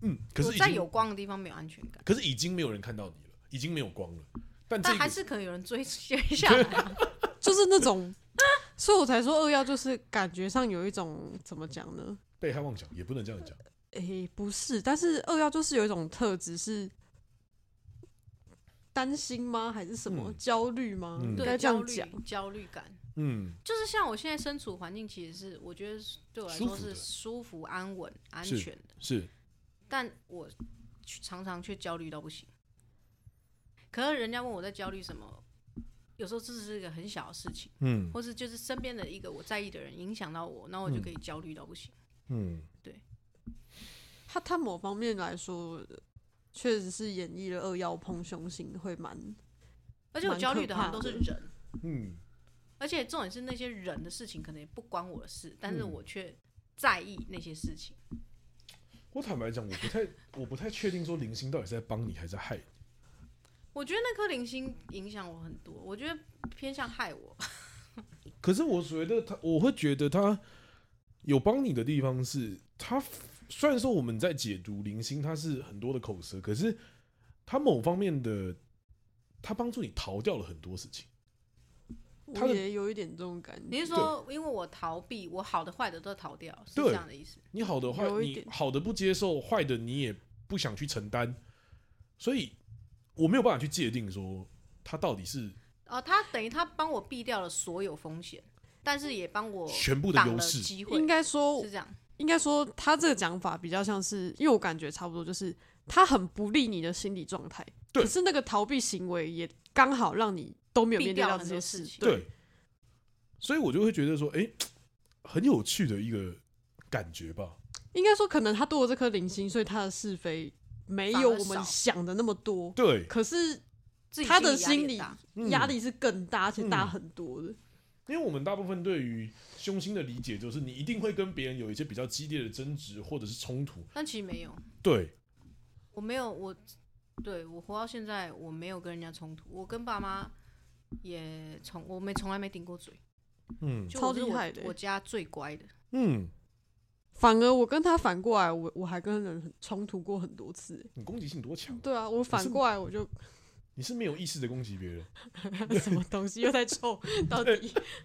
Speaker 2: 嗯，可是
Speaker 3: 我
Speaker 2: 已
Speaker 3: 在
Speaker 2: 经
Speaker 3: 有光的地方没有安全感，
Speaker 2: 可是已经没有人看到你了，已经没有光了。但这
Speaker 3: 但
Speaker 2: 个
Speaker 3: 还是可能有人追追下来啊、
Speaker 1: 就是那种，啊所以我才说二要就是感觉上有一种怎么讲呢？
Speaker 2: 被害妄想也不能这样讲。
Speaker 1: 诶、不是，但是二要就是有一种特质是，担心吗？还是什么、
Speaker 2: 嗯
Speaker 1: 焦虑吗？
Speaker 2: 嗯
Speaker 1: 应
Speaker 3: 对
Speaker 1: 该这
Speaker 3: 焦
Speaker 1: 样
Speaker 3: 虑
Speaker 1: 讲。
Speaker 3: 焦虑感，
Speaker 2: 嗯，
Speaker 3: 就是像我现在身处环境，其实是我觉得是对我来
Speaker 2: 舒
Speaker 3: 说
Speaker 2: 服的
Speaker 3: 是舒服、安稳、安
Speaker 2: 是
Speaker 3: 全的，
Speaker 2: 是
Speaker 3: 但我去常常却焦虑到不行。可是人家问我在焦虑什么，有时候这只是一个很小的事情，
Speaker 2: 嗯
Speaker 3: 或是就是身边的一个我在意的人影响到我，那我就可以焦虑到不行。
Speaker 2: 嗯
Speaker 1: 他他某方面来说，确实是演绎了二
Speaker 2: 嗯
Speaker 1: 要碰凶星会蛮
Speaker 3: 而且我
Speaker 1: 蛮
Speaker 3: 焦
Speaker 1: 可
Speaker 3: 虑的好像
Speaker 1: 怕
Speaker 3: 都是
Speaker 1: 的
Speaker 3: 人，
Speaker 2: 嗯
Speaker 3: 而且重点是那些人的事情可能也不关我的事，但是
Speaker 2: 嗯
Speaker 3: 我却在意那些事情。
Speaker 2: 我坦白讲，我不太我不太确定说零星到底是在帮你还是在害你。
Speaker 3: 我觉得那颗零星影响我很多，我觉得偏向害我。
Speaker 1: 嗯
Speaker 2: 可是我觉得他，我会觉得他有帮你的地方是，他虽然说我们在解读零星，他是很多的口舌，可是他某方面的，他帮助你逃掉了很多事情。他
Speaker 1: 我
Speaker 2: 的
Speaker 1: 也有一点这种感觉。
Speaker 3: 你是说，因为我逃避，我好的坏的都逃掉，是
Speaker 2: 对
Speaker 3: 这样的意思？
Speaker 2: 你好的坏，
Speaker 1: 有一
Speaker 2: 你
Speaker 1: 点
Speaker 2: 好的不接受，坏的你也不想去承担，所以我没有办法去界定说他到底是
Speaker 3: 哦、他等于他帮我避掉了所有风险，但是也帮我
Speaker 2: 全部的
Speaker 3: 挡
Speaker 2: 优
Speaker 3: 了
Speaker 2: 势。
Speaker 3: 机会，
Speaker 1: 应该说
Speaker 3: 是这样。
Speaker 1: 应该说，他这个讲法比较像是，因为我感觉差不多，就是他很不利你的心理状态，
Speaker 2: 对
Speaker 1: 可是那个逃避行为也刚好让你都没有
Speaker 3: 避
Speaker 1: 面对
Speaker 3: 掉
Speaker 1: 到
Speaker 3: 很
Speaker 1: 这
Speaker 3: 多
Speaker 1: 些
Speaker 3: 事
Speaker 1: 事
Speaker 3: 情，
Speaker 2: 对，所以我就会觉得说，哎、很有趣的一个感觉吧。
Speaker 1: 应该说，可能他多了这颗零星，所以他的是非没有我
Speaker 3: 反而少
Speaker 1: 们想的那么多，
Speaker 2: 对，
Speaker 1: 可是
Speaker 3: 自己
Speaker 1: 他的
Speaker 3: 心
Speaker 1: 心
Speaker 3: 理
Speaker 1: 理
Speaker 3: 压力很大
Speaker 2: 嗯
Speaker 1: 压力是更大，而且大很多的。
Speaker 2: 因为我们大部分对于凶星的理解就是，你一定会跟别人有一些比较激烈的争执或者是冲突。
Speaker 3: 但其实没有，
Speaker 2: 对，
Speaker 3: 我没有，我对我活到现在，我没有跟人家冲突，我跟爸妈也从我没从来没顶过嘴，
Speaker 2: 嗯
Speaker 3: 就
Speaker 1: 超
Speaker 3: 我是
Speaker 1: 厉
Speaker 3: 我
Speaker 1: 害的欸
Speaker 3: 我家最乖的。
Speaker 2: 嗯，
Speaker 1: 反而我跟他反过来，我我还跟人很冲突过很多次、
Speaker 2: 你攻击性多强？
Speaker 1: 对啊，我反过来我就
Speaker 2: 你是没有意识的攻击别人。
Speaker 1: 什么东西又在臭，到底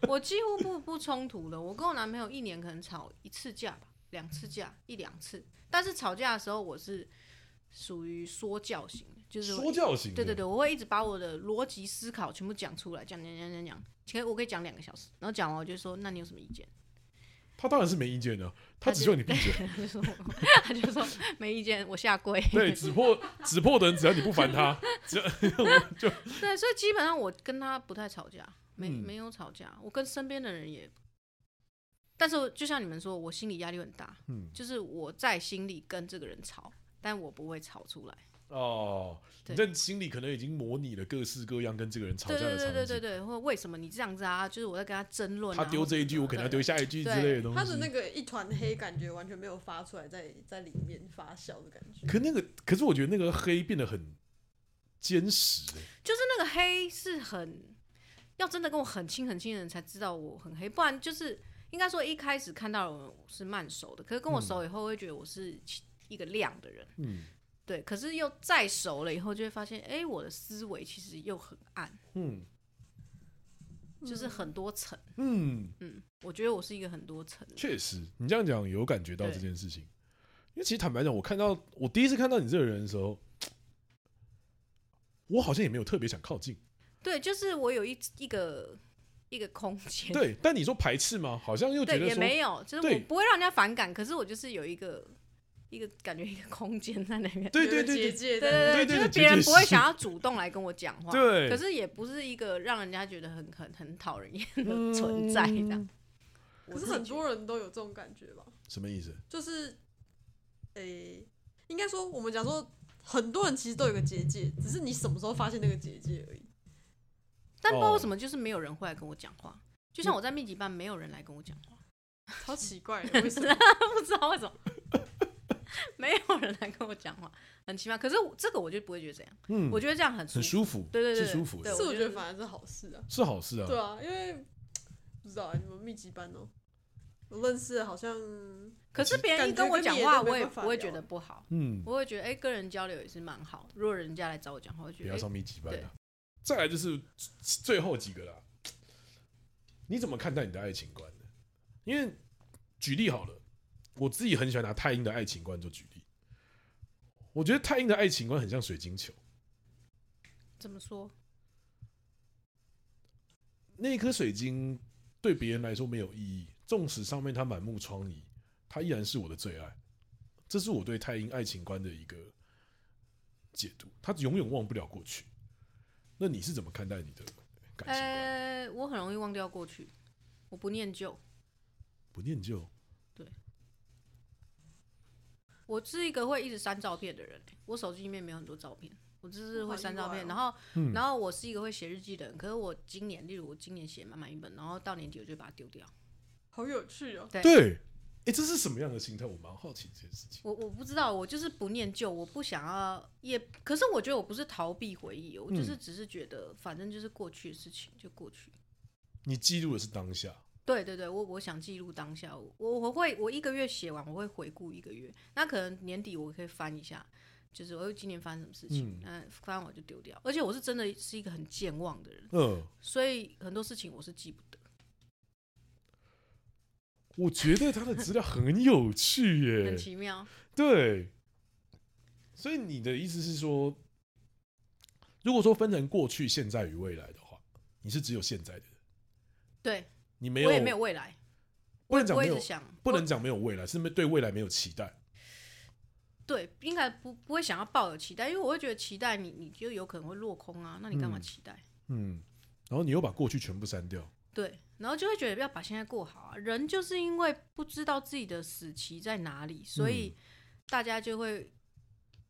Speaker 3: 我几乎不 不冲突的。我跟我男朋友一年可能吵一次架吧，两次架，一两次。但是吵架的时候，我是属于说教型的，就是我
Speaker 2: 说教型的。
Speaker 3: 对对对，我会一直把我的逻辑思考全部讲出来，讲讲讲讲讲，其实我可以讲两个小时。然后讲完我就说，那你有什么意见？
Speaker 2: 他当然是没意见的，他
Speaker 3: 他
Speaker 2: 只
Speaker 3: 就
Speaker 2: 叫你闭嘴。
Speaker 3: 他就说， 他就说没意见，我下跪。
Speaker 2: 对，只破只破的人，只要你不烦他，只要就
Speaker 3: 对，所以基本上我跟他不太吵架，没、
Speaker 2: 嗯
Speaker 3: 没有吵架。我跟身边的人也，但是我就像你们说，我心理压力很大，
Speaker 2: 嗯
Speaker 3: 就是我在心里跟这个人吵，但我不会吵出来。
Speaker 2: 哦，你
Speaker 3: 对
Speaker 2: 在心里可能已经模拟了各式各样跟这个人吵
Speaker 3: 对
Speaker 2: 架
Speaker 3: 对
Speaker 2: 的
Speaker 3: 对对
Speaker 2: 场
Speaker 3: 对
Speaker 2: 景。
Speaker 3: 对，或者为什么你这样子啊？就是我在跟他争论、啊。
Speaker 2: 他丢这一句，我可
Speaker 3: 可
Speaker 2: 能
Speaker 3: 能
Speaker 2: 要丢下一句之类的东西。
Speaker 1: 他的那个一团黑感觉完全没有发出来在，在里面发酵的感觉。
Speaker 2: 可那个，可是我觉得那个黑变得很坚实、欸
Speaker 3: 就是那个黑是很要真的跟我很亲很亲的人才知道我很黑，不然就是应该说一开始看到我是慢熟的，可是跟我熟以后会觉得我是一个亮的人。
Speaker 2: 嗯
Speaker 3: 对，可是又再熟了以后，就会发现，哎、我的思维其实又很暗，
Speaker 2: 嗯
Speaker 3: 就是很多层。
Speaker 2: 嗯，
Speaker 3: 嗯，我觉得我是一个很多层的人。
Speaker 2: 确实，你这样讲有感觉到
Speaker 3: 对
Speaker 2: 这件事情。因为其实坦白讲，我看到我第一次看到你这个人的时候，我好像也没有特别想靠近。
Speaker 3: 对，就是我有一一个一个空间。
Speaker 2: 对，但你说排斥吗？好像又觉
Speaker 3: 对，
Speaker 2: 得
Speaker 3: 也
Speaker 2: 说
Speaker 3: 没有，就是
Speaker 2: 对
Speaker 3: 我不会让人家反感，可是我就是有一个一个感觉一个空间在那边。
Speaker 2: 对对对对
Speaker 1: 对
Speaker 3: 对
Speaker 2: 对对
Speaker 3: 对就
Speaker 2: 对
Speaker 3: 是别人
Speaker 2: 姐姐
Speaker 3: 不会
Speaker 2: 是
Speaker 3: 想要主动来跟我讲话。
Speaker 2: 对
Speaker 3: 啊可是也不是一个让人家觉得很很很讨人厌的存在，这
Speaker 2: 嗯
Speaker 3: 样。我
Speaker 1: 可是
Speaker 3: 自己
Speaker 1: 很
Speaker 3: 觉
Speaker 1: 多人都有这种感觉吧？
Speaker 2: 什么意思？
Speaker 1: 就是，诶、应该说我们讲说，很多人其实都有个结界，只是你什么时候发现那个结界而已。
Speaker 3: 但不知道为
Speaker 2: 哦嗯
Speaker 3: 什么，就是没有人会来跟我讲话。就像我在密集班，没有人来跟我讲话，
Speaker 1: 超奇怪的，为什么？
Speaker 3: 不知道为什么， 没有人来跟我讲话，很奇妙。可是我这个我就不会觉得怎样，
Speaker 2: 嗯，
Speaker 3: 我觉得这样很舒
Speaker 2: 很
Speaker 3: 服。
Speaker 2: 舒服，
Speaker 3: 对对对，
Speaker 2: 是舒服的
Speaker 3: 对，
Speaker 1: 是我觉得
Speaker 3: 得
Speaker 1: 反而是好事啊。
Speaker 2: 是好事啊。
Speaker 1: 对啊，因为不知道、欸、你们密集班哦、我认识的好像
Speaker 3: 可是别人一
Speaker 1: 感觉
Speaker 3: 我
Speaker 1: 跟
Speaker 3: 讲
Speaker 1: 别
Speaker 3: 话，
Speaker 1: 人都
Speaker 3: 我
Speaker 1: 没
Speaker 3: 也
Speaker 1: 办
Speaker 3: 不
Speaker 1: 法
Speaker 3: 会
Speaker 1: 聊
Speaker 3: 觉得不好，
Speaker 2: 嗯，
Speaker 3: 我会觉得哎，跟人交流也是蛮好的。如果人家来找我讲话，我
Speaker 2: 不
Speaker 3: 觉
Speaker 2: 要
Speaker 3: 得
Speaker 2: 上密集班
Speaker 3: 对
Speaker 2: 了。再来就是最后几个啦，你怎么看待你的爱情观呢？因为举例好了，我自己很喜欢拿太英的爱情观做举例。我觉得太英的爱情观很像水晶球，
Speaker 3: 怎么说？
Speaker 2: 那一颗水晶对别人来说没有意义，纵使上面它满目疮痍，它依然是我的最爱。这是我对太阴爱情观的一个解读，他永远忘不了过去。那你是怎么看待你的感情观？
Speaker 3: 呃，我很容易忘掉过去，我不念旧，
Speaker 2: 不念旧，
Speaker 3: 我是一个会一直删照片的人欸、我手机里面没有很多照片，我就是会删照片。
Speaker 1: 哇
Speaker 3: 然
Speaker 1: 意
Speaker 3: 后，然后我是一个会写日记的人，可是我今年，例如我今年写满满一本，然后到年底我就把它丢掉。
Speaker 1: 好有趣哦、
Speaker 3: 对
Speaker 2: 对，哎、这是什么样的心态？我蛮好奇这件事情。
Speaker 3: 我我不知道，我就是不念旧，我不想要，也可是我觉得我不是逃避回忆，哦我就是只是觉得，反正就是过去的事情就过去。
Speaker 2: 你记录的是当下，
Speaker 3: 对对对，我我想记录当下，我我我会我一个月写完，我会回顾一个月，那可能年底我可以翻一下，就是我今年发生什么事
Speaker 2: 嗯
Speaker 3: 情，那、翻完我就丢掉。而且我是真的是一个很健忘的人，
Speaker 2: 嗯，
Speaker 3: 所以很多事情我是记不得。
Speaker 2: 我觉得他的资料很有趣
Speaker 3: 很
Speaker 2: 耶。
Speaker 3: 奇妙，
Speaker 2: 对，所以你的意思是说，如果说分成过去、现在与未来的话，你是只有现在的人，
Speaker 3: 对
Speaker 2: 你没有，
Speaker 3: 我也没有未来，
Speaker 2: 不能讲
Speaker 3: 我
Speaker 2: 没
Speaker 3: 一
Speaker 2: 有
Speaker 3: 直，想，
Speaker 2: 不能讲没有未来，是没对未来没有期待。
Speaker 3: 对，应该不不会想要抱有期待，因为我会觉得期待你，你就有可能会落空啊，那你干嘛
Speaker 2: 嗯
Speaker 3: 期待？
Speaker 2: 嗯，然后你又把过去全部删掉，
Speaker 3: 对，然后就会觉得要把现在过好啊。人就是因为不知道自己的死期在哪里，所以
Speaker 2: 嗯
Speaker 3: 大家就会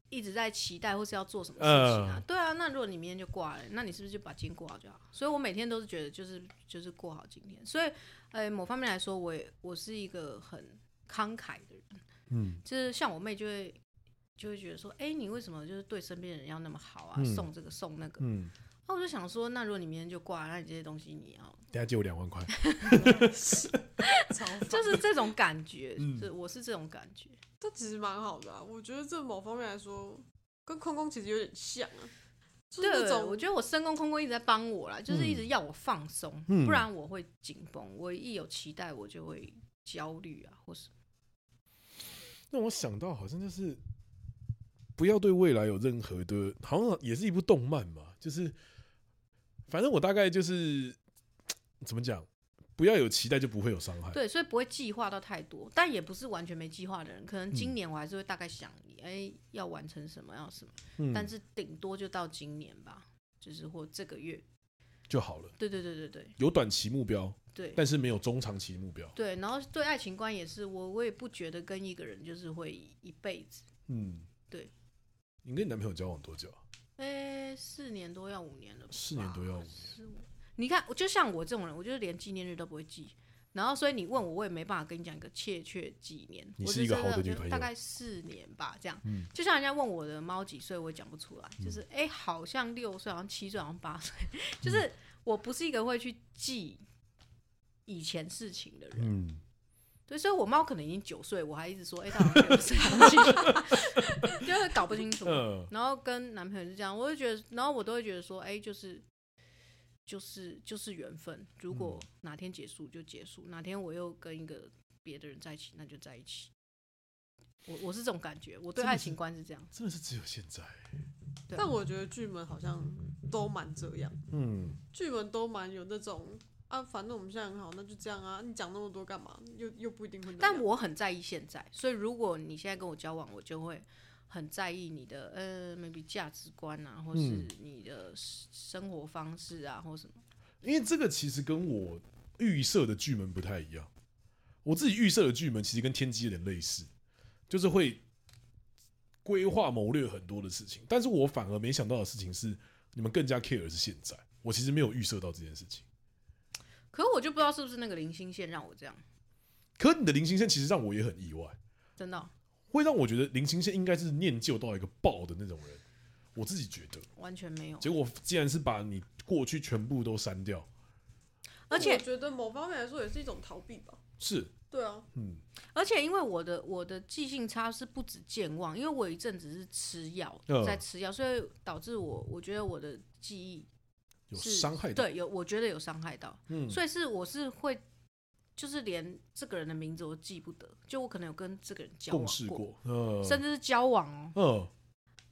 Speaker 3: 一直在期待或是要做什么事情啊。
Speaker 2: 呃
Speaker 3: 对啊，那如果你明天就挂了，那你是不是就把今天过好就好？所以我每天都是觉得就是就是过好今天。所以，呃，某方面来说，我也我是一个很慷慨的人，
Speaker 2: 嗯，
Speaker 3: 就是像我妹就会。就会觉得说，哎、你为什么就是对身边的人要那么好啊？
Speaker 2: 嗯
Speaker 3: 送这个送那个，
Speaker 2: 嗯，
Speaker 3: 那、我就想说，那如果你明天就挂了，那你这些东西你要
Speaker 2: 等下借我两万块，
Speaker 1: 超
Speaker 3: 就
Speaker 1: 就是
Speaker 3: 这种感觉，
Speaker 2: 嗯
Speaker 3: 是我是这种感觉。
Speaker 1: 这其实蛮好的、啊，我觉得这某方面来说，跟空空其实有点像啊，就是那
Speaker 3: 对，我
Speaker 1: 种
Speaker 3: 觉得我深宫空宫一直在帮我啦，就是一直要我放松，
Speaker 2: 嗯
Speaker 3: 不然我会紧绷。我一有期待，我就会焦虑啊，或是
Speaker 2: 让我想到好像就是不要对未来有任何的，好像也是一部动漫嘛，就是反正我大概就是怎么讲，不要有期待就不会有伤害。
Speaker 3: 对，所以不会计划到太多，但也不是完全没计划的人。可能今年我还是会大概想，哎、要完成什么，要什么，
Speaker 2: 嗯
Speaker 3: 但是顶多就到今年吧，就是或这个月。
Speaker 2: 就好了，
Speaker 3: 对对对对对
Speaker 2: 有短期目标，
Speaker 3: 对。
Speaker 2: 但是没有中长期目标。
Speaker 3: 对，然后对爱情观也是，我我也不觉得跟一个人就是会一辈子，
Speaker 2: 嗯，
Speaker 3: 对。
Speaker 2: 你跟你男朋友交往多久啊？
Speaker 3: 哎，四年多要五年了吧，
Speaker 2: 四年多要五年
Speaker 3: 四五。你看，我就像我这种人，我就是连纪念日都不会记，然后所以你问我，我也没办法跟你讲一个确切几年。
Speaker 2: 你
Speaker 3: 我
Speaker 2: 是一个
Speaker 3: 真的
Speaker 2: 好的女
Speaker 3: 就
Speaker 2: 朋友
Speaker 3: 大概四年吧，这样。
Speaker 2: 嗯
Speaker 3: 就像人家问我的猫几岁，我也讲不出来，就是哎、好像六岁，好像七岁，好像八岁， 就是我不是一个会去记以前事情的人。
Speaker 2: 嗯，
Speaker 3: 对，所以我猫可能已经九岁，我还一直说，哎、它好像六岁，好像七岁 就是搞 不清楚。
Speaker 2: 呃，
Speaker 3: 然后跟男朋友是这样，我就觉得，然后我都会觉得说，哎、就是就是就是缘分。如果
Speaker 1: 嗯
Speaker 3: 哪天结束就结束，哪天我又跟一个别的人在一起，那就在一起。我我是这种感觉，我对
Speaker 2: 真的
Speaker 3: 爱
Speaker 2: 是
Speaker 3: 情观是这样。
Speaker 2: 真的是只有现在。
Speaker 3: 对啊
Speaker 1: 但我觉得剧们好像都蛮这样，
Speaker 2: 嗯，
Speaker 1: 剧们都蛮有那种啊，反正我们现在很好，那就这样啊，你讲那么多干嘛？又又不一定会那样。
Speaker 3: 但我很在意现在，所以如果你现在跟我交往，我就会很在意你的呃，maybe 价值观啊，或是
Speaker 2: 嗯
Speaker 3: 你的生活方式啊，或什么。
Speaker 2: 因为这个其实跟我预设的巨门不太一样。我自己预设的巨门其实跟天机有点类似，就是会规划谋略很多的事情，但是我反而没想到的事情是，你们更加 care 的是现在。我其实没有预设到这件事情，
Speaker 3: 可我就不知道是不是那个零星线让我这样，
Speaker 2: 可你的零星线其实让我也很意外，
Speaker 3: 真的哦、
Speaker 2: 会让我觉得零星线应该是念旧到一个爆的那种人，我自己觉得。
Speaker 3: 完全没有。
Speaker 2: 结果既然是把你过去全部都删掉，
Speaker 3: 而且
Speaker 1: 我觉得某方面来说也是一种逃避吧。
Speaker 2: 是，
Speaker 1: 对啊，
Speaker 2: 嗯，
Speaker 3: 而且因为我的我的记性差是不止健忘，因为我有一阵子是吃药，
Speaker 2: 嗯
Speaker 3: 在吃药，所以导致我我觉得我的记忆
Speaker 2: 有
Speaker 3: 是
Speaker 2: 伤害到，
Speaker 3: 对有我觉得有伤害到，
Speaker 2: 嗯，
Speaker 3: 所以是我是会就是连这个人的名字我记不得，就我可能有跟这个人交往啊
Speaker 2: 共事过，呃，
Speaker 3: 甚至是交往哦，
Speaker 2: 嗯。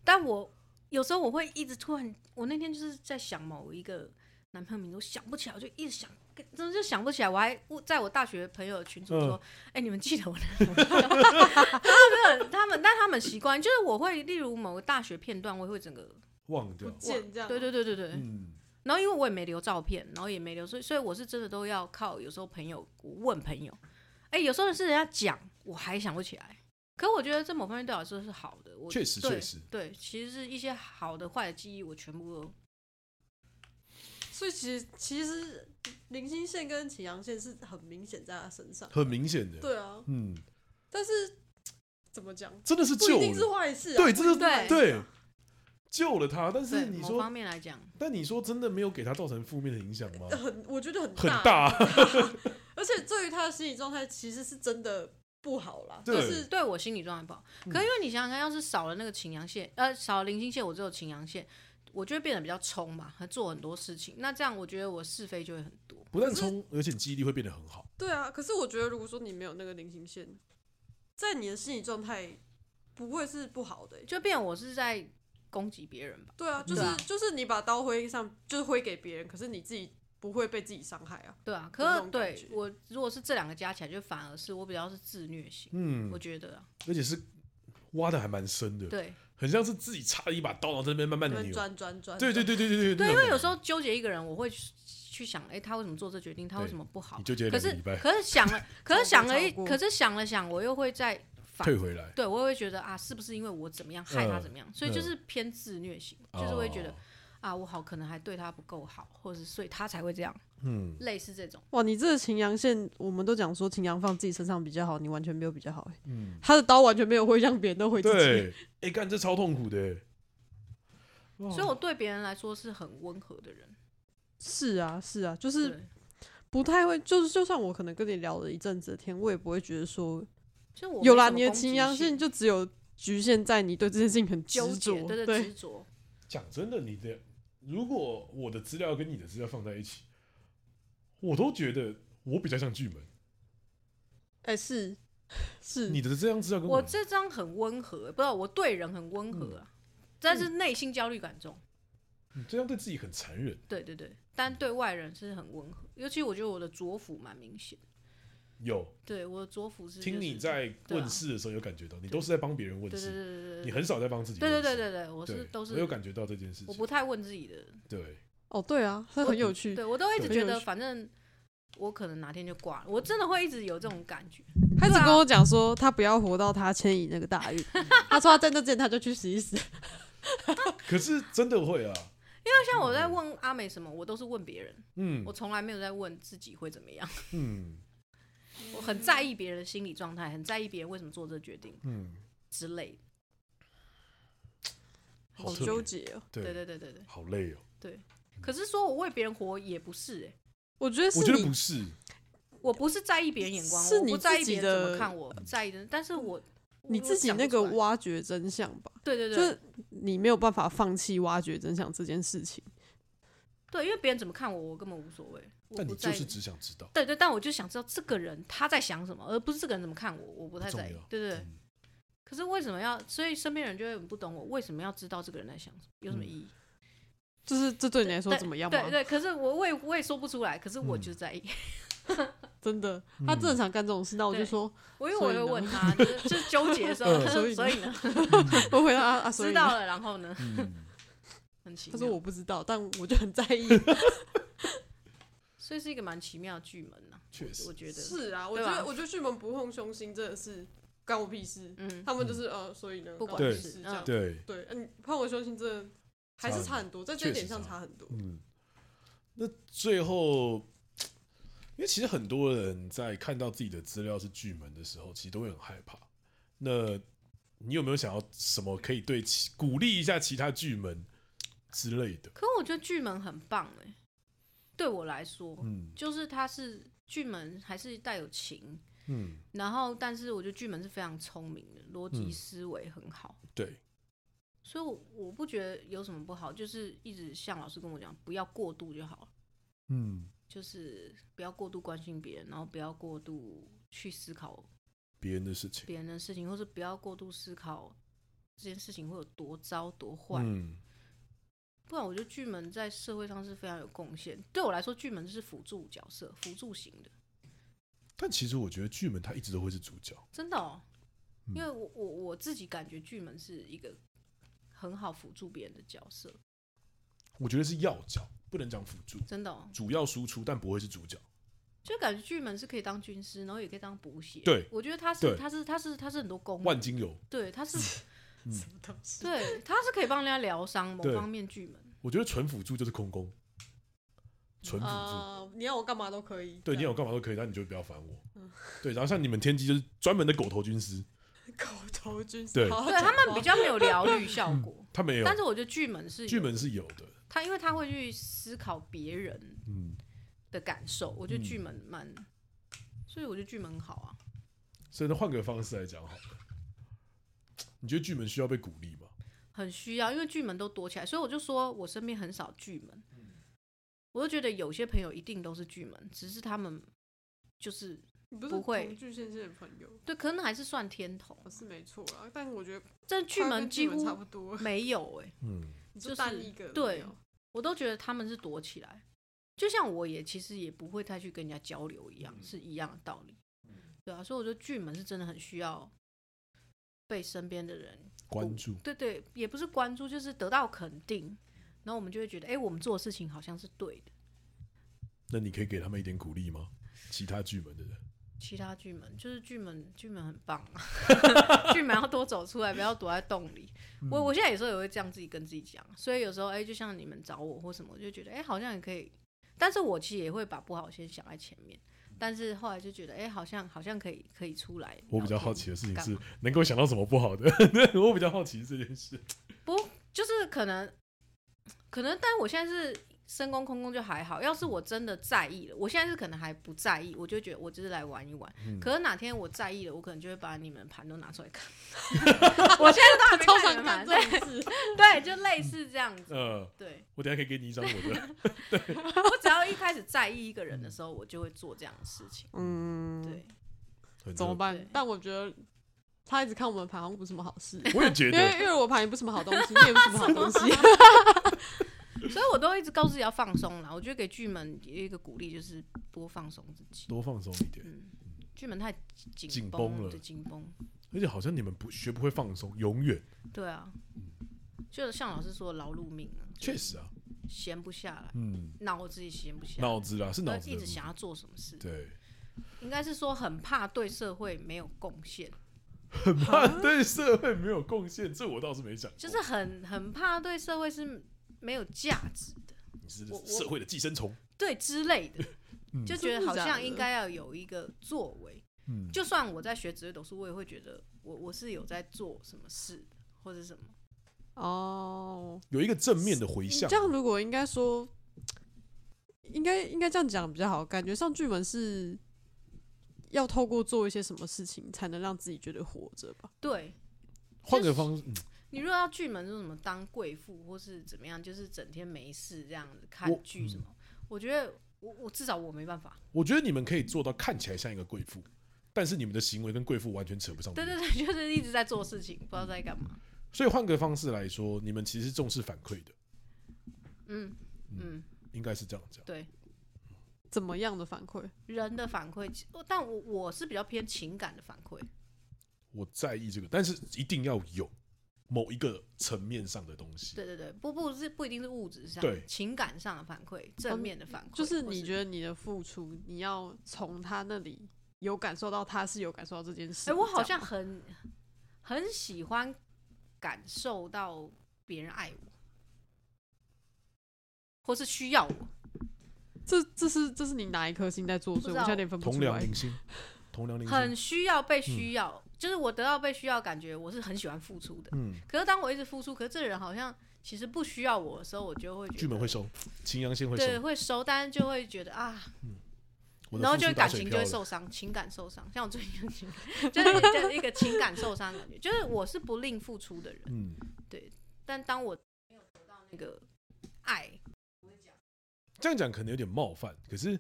Speaker 3: 但我有时候我会一直突然，我那天就是在想某一个男朋友名字，我想不起来，我就一直想，真的就想不起来。我还我在我大学朋友群组说，哎、你们记得我的名字吗？ 他们没有，他们但他们习惯，就是我会例如某个大学片段，我也会整个，
Speaker 2: 忘掉
Speaker 1: 不。见这样，
Speaker 3: 对对对对对。
Speaker 2: 嗯，
Speaker 3: 然后因为我也没留照片，然后也没留，所以所以我是真的都要靠有时候朋友我问朋友，哎、有时候是人家讲，我还想不起来。可我觉得这某方面对我来说是好的，我
Speaker 2: 确实
Speaker 3: 对
Speaker 2: 确实，
Speaker 3: 对，其实是一些好的、坏的记忆，我全部都
Speaker 1: 所以其实其实零星线跟祁阳线是很明显在他身上。
Speaker 2: 很明显的。
Speaker 1: 对啊，
Speaker 2: 嗯，
Speaker 1: 但是怎么讲，
Speaker 2: 真的是
Speaker 1: 不
Speaker 2: 救
Speaker 1: 一定是
Speaker 2: 了，
Speaker 1: 坏事啊。
Speaker 2: 对，这
Speaker 1: 不一
Speaker 2: 是
Speaker 1: 定坏事啊
Speaker 2: 对，救了他。但
Speaker 3: 对
Speaker 2: 是你
Speaker 3: 某方
Speaker 2: 说，
Speaker 3: 面来讲，
Speaker 2: 但你说真的没有给他造成负面的影响吗？
Speaker 1: 很，我觉得很
Speaker 2: 很
Speaker 1: 大，
Speaker 2: 大，
Speaker 1: 而且对于他的心理状态，其实是真的不好啦。
Speaker 2: 对
Speaker 1: 就是
Speaker 3: 对我心理状态不好。
Speaker 2: 嗯
Speaker 3: 可因为你想想看，要是少了那个秦阳线，呃，少了零星线，我只有秦阳线，我就会变得比较冲嘛，做很多事情。那这样我觉得我是非就会很多。
Speaker 2: 不但冲，而且记忆力会变得很好。
Speaker 1: 对啊。可是我觉得，如果说你没有那个零星线，在你的心理状态不会是不好的欸、
Speaker 3: 就变我是在攻击别人吧。
Speaker 1: 对
Speaker 2: 嗯
Speaker 1: 啊，就是、
Speaker 3: 对啊
Speaker 1: 就是你把刀挥上，就是挥给别人，可是你自己不会被自己伤害啊。
Speaker 3: 对啊，
Speaker 1: 有那
Speaker 3: 可
Speaker 1: 种感
Speaker 3: 是对
Speaker 1: 觉
Speaker 3: 我如果是这两个加起来，就反而是我比较是自虐型，
Speaker 2: 嗯
Speaker 3: 我，觉得啊，
Speaker 2: 而且是挖的还蛮深的，
Speaker 3: 对
Speaker 2: 很像是自己插了一把刀，然后在那边慢慢
Speaker 1: 你们
Speaker 2: 扭。
Speaker 1: 转转转，
Speaker 2: 对对对对对对
Speaker 3: 对，因为有时
Speaker 2: 候
Speaker 3: 候纠结一个人，我会去去想，哎、他为什么做这决定？他为什么不好
Speaker 2: 你？就觉得
Speaker 3: 可
Speaker 2: 两
Speaker 3: 是
Speaker 2: 个礼拜
Speaker 3: 可是想 了，可是想了
Speaker 1: 超过
Speaker 3: 一，
Speaker 1: 超过
Speaker 3: 可是想了想，我又会再反
Speaker 2: 退回来，
Speaker 3: 对，我也会觉得啊，是不是因为我怎么样害他怎么样，所以就是偏自虐型，就是会觉得、
Speaker 2: 嗯哦
Speaker 3: 啊，我好可能还对他不够好，或者是所以他才会这样，
Speaker 2: 嗯，
Speaker 3: 类似这种。
Speaker 1: 哇，你这个秦阳线，我们都讲说秦阳放自己身上比较好，你完全没有比较好、欸，
Speaker 2: 嗯
Speaker 1: 他的刀完全没有挥向别人，都挥自己。
Speaker 2: 对，哎，干这超痛苦的欸。哇
Speaker 3: 所以我对别人来说是很温和的人，
Speaker 1: 是啊，是啊，就是
Speaker 3: 对，
Speaker 1: 不太会，就是就算我可能跟你聊了一阵子的天，我也不会觉得说
Speaker 3: 就我
Speaker 1: 有
Speaker 3: 没
Speaker 1: 啦，
Speaker 3: 什么
Speaker 1: 你的
Speaker 3: 攻击
Speaker 1: 秦阳线
Speaker 3: 性
Speaker 1: 就只有局限在你对这件事情很执
Speaker 3: 纠结，
Speaker 1: 着，
Speaker 3: 对对，执着，
Speaker 2: 讲真的，你的如果我的资料跟你的资料放在一起，我都觉得我比较像巨门。
Speaker 1: 哎、是是，
Speaker 2: 你的这张资料跟
Speaker 3: 嗯我
Speaker 2: 的
Speaker 3: 这张很温和，不知道我对人很温和啊，
Speaker 2: 嗯
Speaker 3: 但是内心焦虑感重。
Speaker 2: 你这张对自己很残忍，
Speaker 3: 对对对，但对外人是很温和，尤其我觉得我的左辅蛮明显。
Speaker 2: 有
Speaker 3: 对我的左辅是、就是、
Speaker 2: 听你在
Speaker 3: 对啊
Speaker 2: 问世的时候有感觉到，你都是在帮别人问
Speaker 3: 对对
Speaker 2: 世，
Speaker 3: 对对
Speaker 2: 你
Speaker 3: 对
Speaker 2: 很少在帮自己
Speaker 3: 对
Speaker 2: 问
Speaker 3: 对
Speaker 2: 世。
Speaker 3: 对对对，我
Speaker 2: 对
Speaker 3: 是都是
Speaker 2: 我有感觉到这件事
Speaker 3: 我
Speaker 2: 情。
Speaker 3: 不太问自己的，
Speaker 2: 对，
Speaker 1: 哦，对啊，他很有
Speaker 2: 嗯
Speaker 1: 趣，
Speaker 3: 对我都会一直
Speaker 1: 对
Speaker 3: 觉得反正。我可能哪天就挂了，我真的会一直有这种感觉。
Speaker 1: 他一直
Speaker 3: 对啊
Speaker 1: 跟我讲说，他不要活到他迁移那个 大运。他说他在那之前他就去死一 死。
Speaker 2: 可是真的会啊，
Speaker 3: 就像我在问阿美什么，我都是问别人，
Speaker 2: 嗯
Speaker 3: 我从来没有在问自己会怎么样。
Speaker 2: 嗯
Speaker 3: 我很在意别人的心理状态，很在意别人为什么做这决定
Speaker 2: 嗯，
Speaker 3: 之类的。
Speaker 2: 好特别
Speaker 1: 纠结哦，
Speaker 3: 对
Speaker 2: 对，
Speaker 3: 对对对对。
Speaker 2: 好累哦。
Speaker 3: 可是说我为别人活也不是、欸，
Speaker 1: 我觉得
Speaker 2: 我
Speaker 1: 是
Speaker 2: 觉得
Speaker 1: 你
Speaker 2: 不是，
Speaker 3: 我不是在意别人眼光，
Speaker 1: 是
Speaker 3: 我
Speaker 1: 你
Speaker 3: 不在意
Speaker 1: 自己
Speaker 3: 别人怎
Speaker 1: 的嗯
Speaker 3: 么看我，在意的，但是我
Speaker 1: 你
Speaker 3: 我
Speaker 1: 自己
Speaker 3: 想不
Speaker 1: 那个
Speaker 3: 出来
Speaker 1: 挖掘真相吧，
Speaker 3: 对对
Speaker 1: 就
Speaker 3: 对
Speaker 1: 是你没有办法放弃挖掘真相这件事情。
Speaker 3: 对，因为别人怎么看我，我根本无所谓，我
Speaker 2: 但
Speaker 3: 不
Speaker 2: 你
Speaker 3: 在
Speaker 2: 就
Speaker 3: 意
Speaker 2: 是。只想知道。
Speaker 3: 对对，但我就想知道这个人他在想什么，而不是这个人怎么看我，我不太
Speaker 2: 重
Speaker 3: 在意
Speaker 2: 要。
Speaker 3: 对对对。
Speaker 2: 嗯
Speaker 3: 可是为什么要？所以身边人就会很不懂我为什么要知道这个人在想什么，有什么
Speaker 2: 嗯
Speaker 3: 意义？
Speaker 1: 就是这对你来说
Speaker 3: 对
Speaker 1: 怎么样
Speaker 3: 对
Speaker 1: 吗？
Speaker 3: 对，可是我我也我也说不出来，可是我
Speaker 2: 嗯
Speaker 3: 就在意。
Speaker 1: 真的，他
Speaker 2: 嗯
Speaker 1: 正常干这种事，那我就
Speaker 3: 对
Speaker 1: 说，
Speaker 3: 我因为
Speaker 1: 所
Speaker 3: 我
Speaker 1: 以
Speaker 3: 会
Speaker 1: 呢
Speaker 3: 问他，就是 就是纠结的时候，
Speaker 2: 嗯
Speaker 3: 就
Speaker 1: 所以
Speaker 3: 是
Speaker 1: 呢
Speaker 3: 所以呢，
Speaker 1: 我回答啊啊，所以
Speaker 3: 知
Speaker 1: 呢
Speaker 3: 道。了，然后呢，
Speaker 2: 嗯，
Speaker 3: 很奇
Speaker 1: 他说我
Speaker 3: 妙。
Speaker 1: 不知道，但我就很在意。
Speaker 3: 所以是一个蛮奇妙的巨门啊呐，
Speaker 2: 确实
Speaker 3: 我觉得。
Speaker 1: 是 啊，我
Speaker 3: 对
Speaker 1: 觉
Speaker 3: 吧
Speaker 1: 得我觉得巨门不碰凶星真的是干我屁事。
Speaker 3: 嗯，
Speaker 1: 他们就是呃，所以呢，
Speaker 3: 不
Speaker 1: 干
Speaker 3: 管
Speaker 1: 我
Speaker 2: 对
Speaker 1: 屁事这样
Speaker 3: 嗯。
Speaker 2: 对，
Speaker 1: 对，嗯，你碰我凶星真的还是
Speaker 2: 差
Speaker 1: 差
Speaker 2: 很
Speaker 1: 很多，在这一
Speaker 2: 确
Speaker 1: 点
Speaker 2: 实
Speaker 1: 上
Speaker 2: 差
Speaker 1: 差很多。
Speaker 2: 嗯，那最后，因为其实很多人在看到自己的资料是巨门的时候，其实都会很害怕。那你有没有想要什么可以对其鼓励一下其他巨门之类的？
Speaker 3: 可我觉得巨门很棒哎、对我来说，
Speaker 2: 嗯
Speaker 3: 就是它是巨门还是带有情，
Speaker 2: 嗯，
Speaker 3: 然后但是我觉得巨门是非常聪明的，逻
Speaker 2: 嗯
Speaker 3: 辑思维很好，
Speaker 2: 对，
Speaker 3: 所以我我不觉得有什么不好，就是一直像老师跟我讲，不要过度就好了，
Speaker 2: 嗯，
Speaker 3: 就是不要过度关心别人，然后不要过度去思考
Speaker 2: 别人的事情，
Speaker 3: 别人的事情，或是不要过度思考这件事情会有多糟多坏。
Speaker 2: 嗯，
Speaker 3: 不然我觉得巨门在社会上是非常有贡献。对我来说，巨门是辅助角色，辅助型的，
Speaker 2: 但其实我觉得巨门他一直都会是主角，
Speaker 3: 真的哦。
Speaker 2: 嗯
Speaker 3: 因为我我我自己感觉巨门是一个很好辅助别人的角色，
Speaker 2: 我觉得是要角，不能讲辅助，
Speaker 3: 真的哦。
Speaker 2: 主要输出但不会是主角。
Speaker 3: 就感觉巨门是可以当军师，然后也可以当补血。
Speaker 2: 对，
Speaker 3: 我觉得他
Speaker 2: 对
Speaker 3: 是他是他是他是很多功
Speaker 2: 万
Speaker 3: 能，
Speaker 2: 金油，
Speaker 3: 对，他是
Speaker 2: 嗯
Speaker 1: 什么东西？
Speaker 3: 对啊他是可以帮人家疗伤某
Speaker 2: 对
Speaker 3: 方面巨门。
Speaker 2: 我觉得纯辅助就是空宫，纯辅助。
Speaker 1: 啊，你要我干嘛都可以。
Speaker 2: 对
Speaker 1: 这样
Speaker 2: 你要我干嘛都可以，但你就不要烦我。
Speaker 3: 嗯
Speaker 2: 对，然后像你们天机就是专门的狗头军师，
Speaker 1: 狗头军师，
Speaker 2: 对
Speaker 1: 好好
Speaker 3: 对他
Speaker 1: 讲
Speaker 3: 们
Speaker 1: 话
Speaker 3: 比较没有疗愈效果，
Speaker 2: 他没有
Speaker 3: 但，是我觉得巨门是
Speaker 2: 嗯
Speaker 3: 有
Speaker 2: 巨门是有的。
Speaker 3: 他，因为他会去思考别人
Speaker 2: 嗯，
Speaker 3: 的感受，我觉得巨门蛮，所以我觉得巨门很好啊。
Speaker 2: 所以呢，换个方式来讲好了。你觉得巨门需要被鼓励吗？
Speaker 3: 很需要，因为巨门都躲起来，所以我就说我身边很少巨门。我就觉得有些朋友一定都是巨门，只是他们就是
Speaker 1: 你不是
Speaker 3: 不会
Speaker 1: 同巨蟹线的朋友，
Speaker 3: 对，可能还是算天同，
Speaker 1: 是没错啦。但我觉得
Speaker 3: 但巨
Speaker 1: 他
Speaker 3: 门
Speaker 1: 跟
Speaker 3: 几
Speaker 1: 巨门
Speaker 3: 乎
Speaker 1: 差不多，
Speaker 3: 没有哎、
Speaker 2: 嗯，
Speaker 1: 你
Speaker 3: 就是
Speaker 1: 单一个哦
Speaker 3: 对
Speaker 1: 没有
Speaker 3: 我都觉得他们是躲起来，就像我也其实也不会太去跟人家交流一样，是一样的道理。对啊，所以我觉得巨门是真的很需要被身边的人
Speaker 2: 关注。
Speaker 3: 对对，也不是关注，就是得到肯定，然后我们就会觉得，哎、我们做的事情好像是对的。
Speaker 2: 那你可以给他们一点鼓励吗？其他巨门的人，
Speaker 3: 其他巨门就是巨门，巨门很棒、啊， 巨门要多走出来，不要躲在洞里。
Speaker 2: 嗯
Speaker 3: 我我现在有时候也会这样自己跟自己讲，所以有时候哎、就像你们找我或什么，我就觉得哎、好像也可以，但是我其实也会把不好先想在前面，但是后来就觉得哎、好像好像可以可以出来。
Speaker 2: 我比较好奇的事情
Speaker 3: 干
Speaker 2: 是
Speaker 3: 嘛，
Speaker 2: 能够想到什么不好的？ 我比较好奇这件事。
Speaker 3: 就是可能，可能，但我现在是深宫空宫就还好。要是我真的在意了，我现在是可能还不在意，我就觉得我就是来玩一玩。
Speaker 2: 嗯
Speaker 3: 可是哪天我在意了，我可能就会把你们盘都拿出来看。我现在都还没
Speaker 1: 超
Speaker 3: 看
Speaker 1: 想
Speaker 3: 你们
Speaker 1: 干
Speaker 3: 盘，
Speaker 1: 这
Speaker 3: 对
Speaker 1: 种事，
Speaker 3: 对，就类似这样子。
Speaker 2: 呃，
Speaker 3: 对
Speaker 2: 我等一下可以给你一张我的。
Speaker 3: 我只要一开始在意一个人的时候，我就会做这样的事情。
Speaker 1: 嗯，
Speaker 3: 对，
Speaker 2: 很
Speaker 1: 怎么
Speaker 3: 对
Speaker 1: 办？但我觉得他一直看我们盘，好像不是什么好事。
Speaker 2: 我也觉
Speaker 1: 因为
Speaker 2: 得，
Speaker 1: 因为我盘也不是什么好东西，你也不是什么好 东西。
Speaker 3: 所以我都一直告诉自己要放松啦。我觉得给巨门一个鼓励就是多放松自己。
Speaker 2: 多放松一点。
Speaker 3: 嗯，巨门太
Speaker 2: 紧
Speaker 3: 紧
Speaker 2: 绷
Speaker 3: 绷
Speaker 2: 了
Speaker 3: 对紧绷。
Speaker 2: 而且好像你们不学不会放松，永远
Speaker 3: 对啊，就是像老师说的劳碌命啊，
Speaker 2: 确实啊，
Speaker 3: 闲不下来，
Speaker 2: 嗯，
Speaker 3: 脑子也闲不下来，
Speaker 2: 脑子啦是脑
Speaker 3: 然后
Speaker 2: 子的
Speaker 3: 一
Speaker 2: 部
Speaker 3: 直
Speaker 2: 分，
Speaker 3: 想要做什么事，
Speaker 2: 对，
Speaker 3: 应该是说很怕对社会没有贡献，
Speaker 2: 哦很怕 对社会没有贡献，这我倒是没想过，
Speaker 3: 啊就是很很怕对社会是没有价值的，
Speaker 2: 你是
Speaker 3: 我我
Speaker 2: 社会的寄生虫，
Speaker 3: 对之 类的，
Speaker 2: 嗯
Speaker 3: 就觉得好像应
Speaker 1: 真的假
Speaker 3: 该要有一个作为。
Speaker 2: 嗯，
Speaker 3: 就算我在学职业读书，我也会觉得我我是有在做什么事的，或者什么。
Speaker 1: 哦，
Speaker 2: 有一个正面的回
Speaker 1: 你
Speaker 2: 向
Speaker 1: 这，样如果应该说，应该应该这样讲比较好。感觉上巨门是要透过做一些什么事情，才能让自己觉得活着吧？
Speaker 3: 对
Speaker 2: 换个方式，嗯
Speaker 3: 你如果要巨门，说什么当贵妇或是怎么样，就是整天没事这样子
Speaker 2: 我嗯
Speaker 3: 看剧什么，我觉得我我至少我没办法。
Speaker 2: 我觉得你们可以做到看起来像一个贵妇，但是你们的行为跟贵妇完全扯不上边
Speaker 3: 对对对， 就是一直在做事情，不知道在干嘛。
Speaker 2: 所以换个方式来说，你们其实重视反馈的，
Speaker 3: 嗯嗯，
Speaker 2: 应该是这样讲，
Speaker 3: 对，
Speaker 1: 怎么样的反馈？
Speaker 3: 人的反馈，我但我我是比较偏情感的反馈，
Speaker 2: 我在意这个，但是一定要有某一个层面上的东西，
Speaker 3: 对对对，不不是不一定是物质上，
Speaker 2: 对
Speaker 3: 情感上的反馈，正面的反馈，
Speaker 1: 哦就是
Speaker 3: 或
Speaker 1: 你
Speaker 3: 得。
Speaker 1: 觉得你的付出，你要从他那里有感受到他是有感受到这件事。
Speaker 3: 哎、我好
Speaker 1: 这样
Speaker 3: 像很很喜欢感受到别人爱我，或是需要我。
Speaker 1: 这这是这是你哪一颗星在做祟？
Speaker 3: 不知
Speaker 1: 我
Speaker 3: 道
Speaker 1: 现在有点分不
Speaker 2: 同
Speaker 1: 出
Speaker 2: 梁
Speaker 1: 来。
Speaker 2: 零星，同梁零星，
Speaker 3: 很需要被需要，就是我得到被需要的感觉，我是很喜欢付出的。
Speaker 2: 嗯，
Speaker 3: 可是当我一直付出，可是这个人好像其实不需要我的时候，我就会觉得
Speaker 2: 巨门会收，秦阳线会收，
Speaker 3: 对会收，但是就会觉得啊，
Speaker 2: 我的
Speaker 3: 然后
Speaker 2: 付出
Speaker 3: 就会
Speaker 2: 打
Speaker 3: 感
Speaker 2: 水
Speaker 3: 情就
Speaker 2: 漂
Speaker 3: 会
Speaker 2: 了
Speaker 3: 受伤，情感受伤。像我最近就是就是一个情感受伤的感觉，就是我是不吝付出的人，
Speaker 2: 嗯，
Speaker 3: 但当我没有得到那个爱，
Speaker 2: 这样讲可能有点冒犯，可是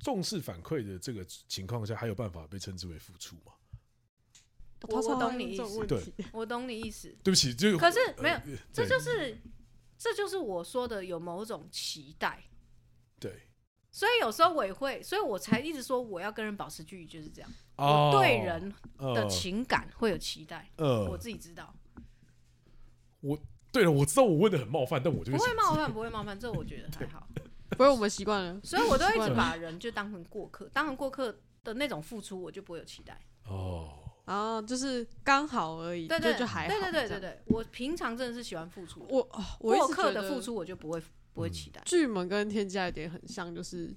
Speaker 2: 重视反馈的这个情况下，还有办法被称之为付出吗？
Speaker 3: 我
Speaker 1: 他超
Speaker 3: 我懂
Speaker 1: 爱
Speaker 3: 你
Speaker 1: 问
Speaker 3: 意
Speaker 1: 这种
Speaker 3: 思
Speaker 1: 问
Speaker 2: 对
Speaker 1: 题，
Speaker 3: 我懂你意思。
Speaker 2: 对不起，就
Speaker 3: 可是没有
Speaker 2: 呃
Speaker 3: 这
Speaker 2: 对
Speaker 3: 就是这就是我说的有某种期待，
Speaker 2: 对
Speaker 3: 所以有时候我也会，所以我才一直说我要跟人保持距离，就是这样。
Speaker 2: 哦
Speaker 3: 我对人的
Speaker 2: 呃
Speaker 3: 情感会有期待，我
Speaker 2: 呃，
Speaker 3: 自己知道，
Speaker 2: 对了，我知道我问的很冒犯，但我就
Speaker 3: 不会
Speaker 2: 想
Speaker 3: 冒犯，不会冒犯，这我觉得还好。
Speaker 1: 不是我们习惯了。
Speaker 3: 所以我都一
Speaker 1: 习 惯
Speaker 3: 直
Speaker 1: 了
Speaker 3: 把人就当成过客，当成过客的那种付出，我就不会有期待。
Speaker 2: 哦，
Speaker 1: 啊，就是刚好而已，
Speaker 3: 对对，
Speaker 1: 就就还好，
Speaker 3: 对对对
Speaker 1: 对。
Speaker 3: 对对，我平常真的是喜欢付出的，
Speaker 1: 我哦我
Speaker 3: 过
Speaker 1: 一直
Speaker 3: 客
Speaker 1: 觉
Speaker 3: 的
Speaker 1: 得
Speaker 3: 付，出我就不会
Speaker 2: 嗯
Speaker 3: 不会期待。
Speaker 1: 巨门跟天机有一点很像，就是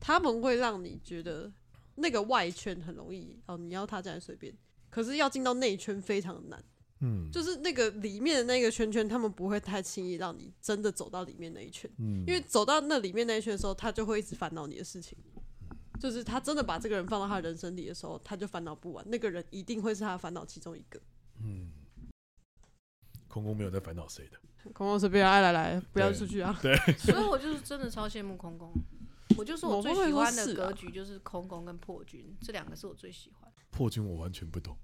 Speaker 1: 他们会让你觉得那个外圈很容易哦，你要他进来随便，可是要进到内圈非常难，
Speaker 2: 嗯
Speaker 1: 就是那个里面的那个圈圈，他们不会太轻易让你真的走到里面那一圈，
Speaker 2: 嗯，
Speaker 1: 因为走到那里面那一圈的时候，他就会一直烦恼你的事情。就是他真的把这个人放到他人生里的时候，他就烦恼不完。那个人一定会是他的烦恼其中一个。
Speaker 2: 嗯，空空没有在烦恼谁的，
Speaker 1: 空空随便啊哎爱来来，不要
Speaker 2: 对
Speaker 1: 出去啊！
Speaker 3: 所以我就是真的超羡慕空宫。我就说我最喜欢的格局就是啊空宫跟破军，这两个是我最喜欢，
Speaker 2: 破军我完全不懂，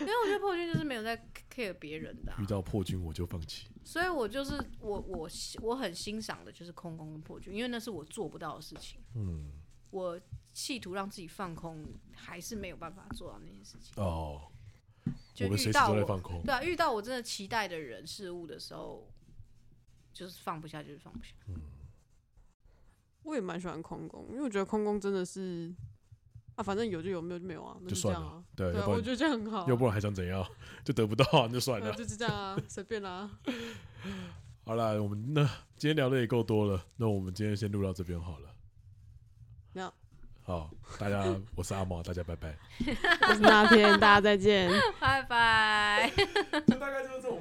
Speaker 3: 因为我觉得破军就是没有在 care 别人的啊、
Speaker 2: 遇到破军我就放弃，
Speaker 3: 所以我就是我我我很欣赏的就是空宫跟破军，因为那是我做不到的事情。
Speaker 2: 嗯，
Speaker 3: 我企图让自己放空，还是没有办法做到那件事情。
Speaker 2: 哦，
Speaker 3: 就
Speaker 2: 我们
Speaker 3: 遇
Speaker 2: 随时
Speaker 3: 到
Speaker 2: 都
Speaker 3: 我
Speaker 2: 在放空，
Speaker 3: 对啊，遇到我真的期待的人事物的时候，就是放不下，就是放不下。
Speaker 1: 我也蛮喜欢空宫，因为我觉得空宫真的是啊，反正有就有，没有就没有啊，那
Speaker 2: 就
Speaker 1: 这
Speaker 2: 算
Speaker 1: 样
Speaker 2: 了
Speaker 1: 啊。，
Speaker 2: 对，
Speaker 1: 对
Speaker 2: 要
Speaker 1: 啊，
Speaker 2: 不
Speaker 1: 我
Speaker 2: 然
Speaker 1: 觉得这样很好啊、
Speaker 2: 要不然还想怎样， 就得不到啊，那就算
Speaker 1: 对啊
Speaker 2: 了。
Speaker 1: 就是这样啊，随便啦、
Speaker 2: 好了，我们那今天聊的也够多了，那我们今天先录到这边好了。
Speaker 1: 那
Speaker 2: 好，大家，我是阿毛，大家拜拜。
Speaker 1: 我是那天，大家再见。
Speaker 3: 拜拜。
Speaker 2: 就大概就是这种。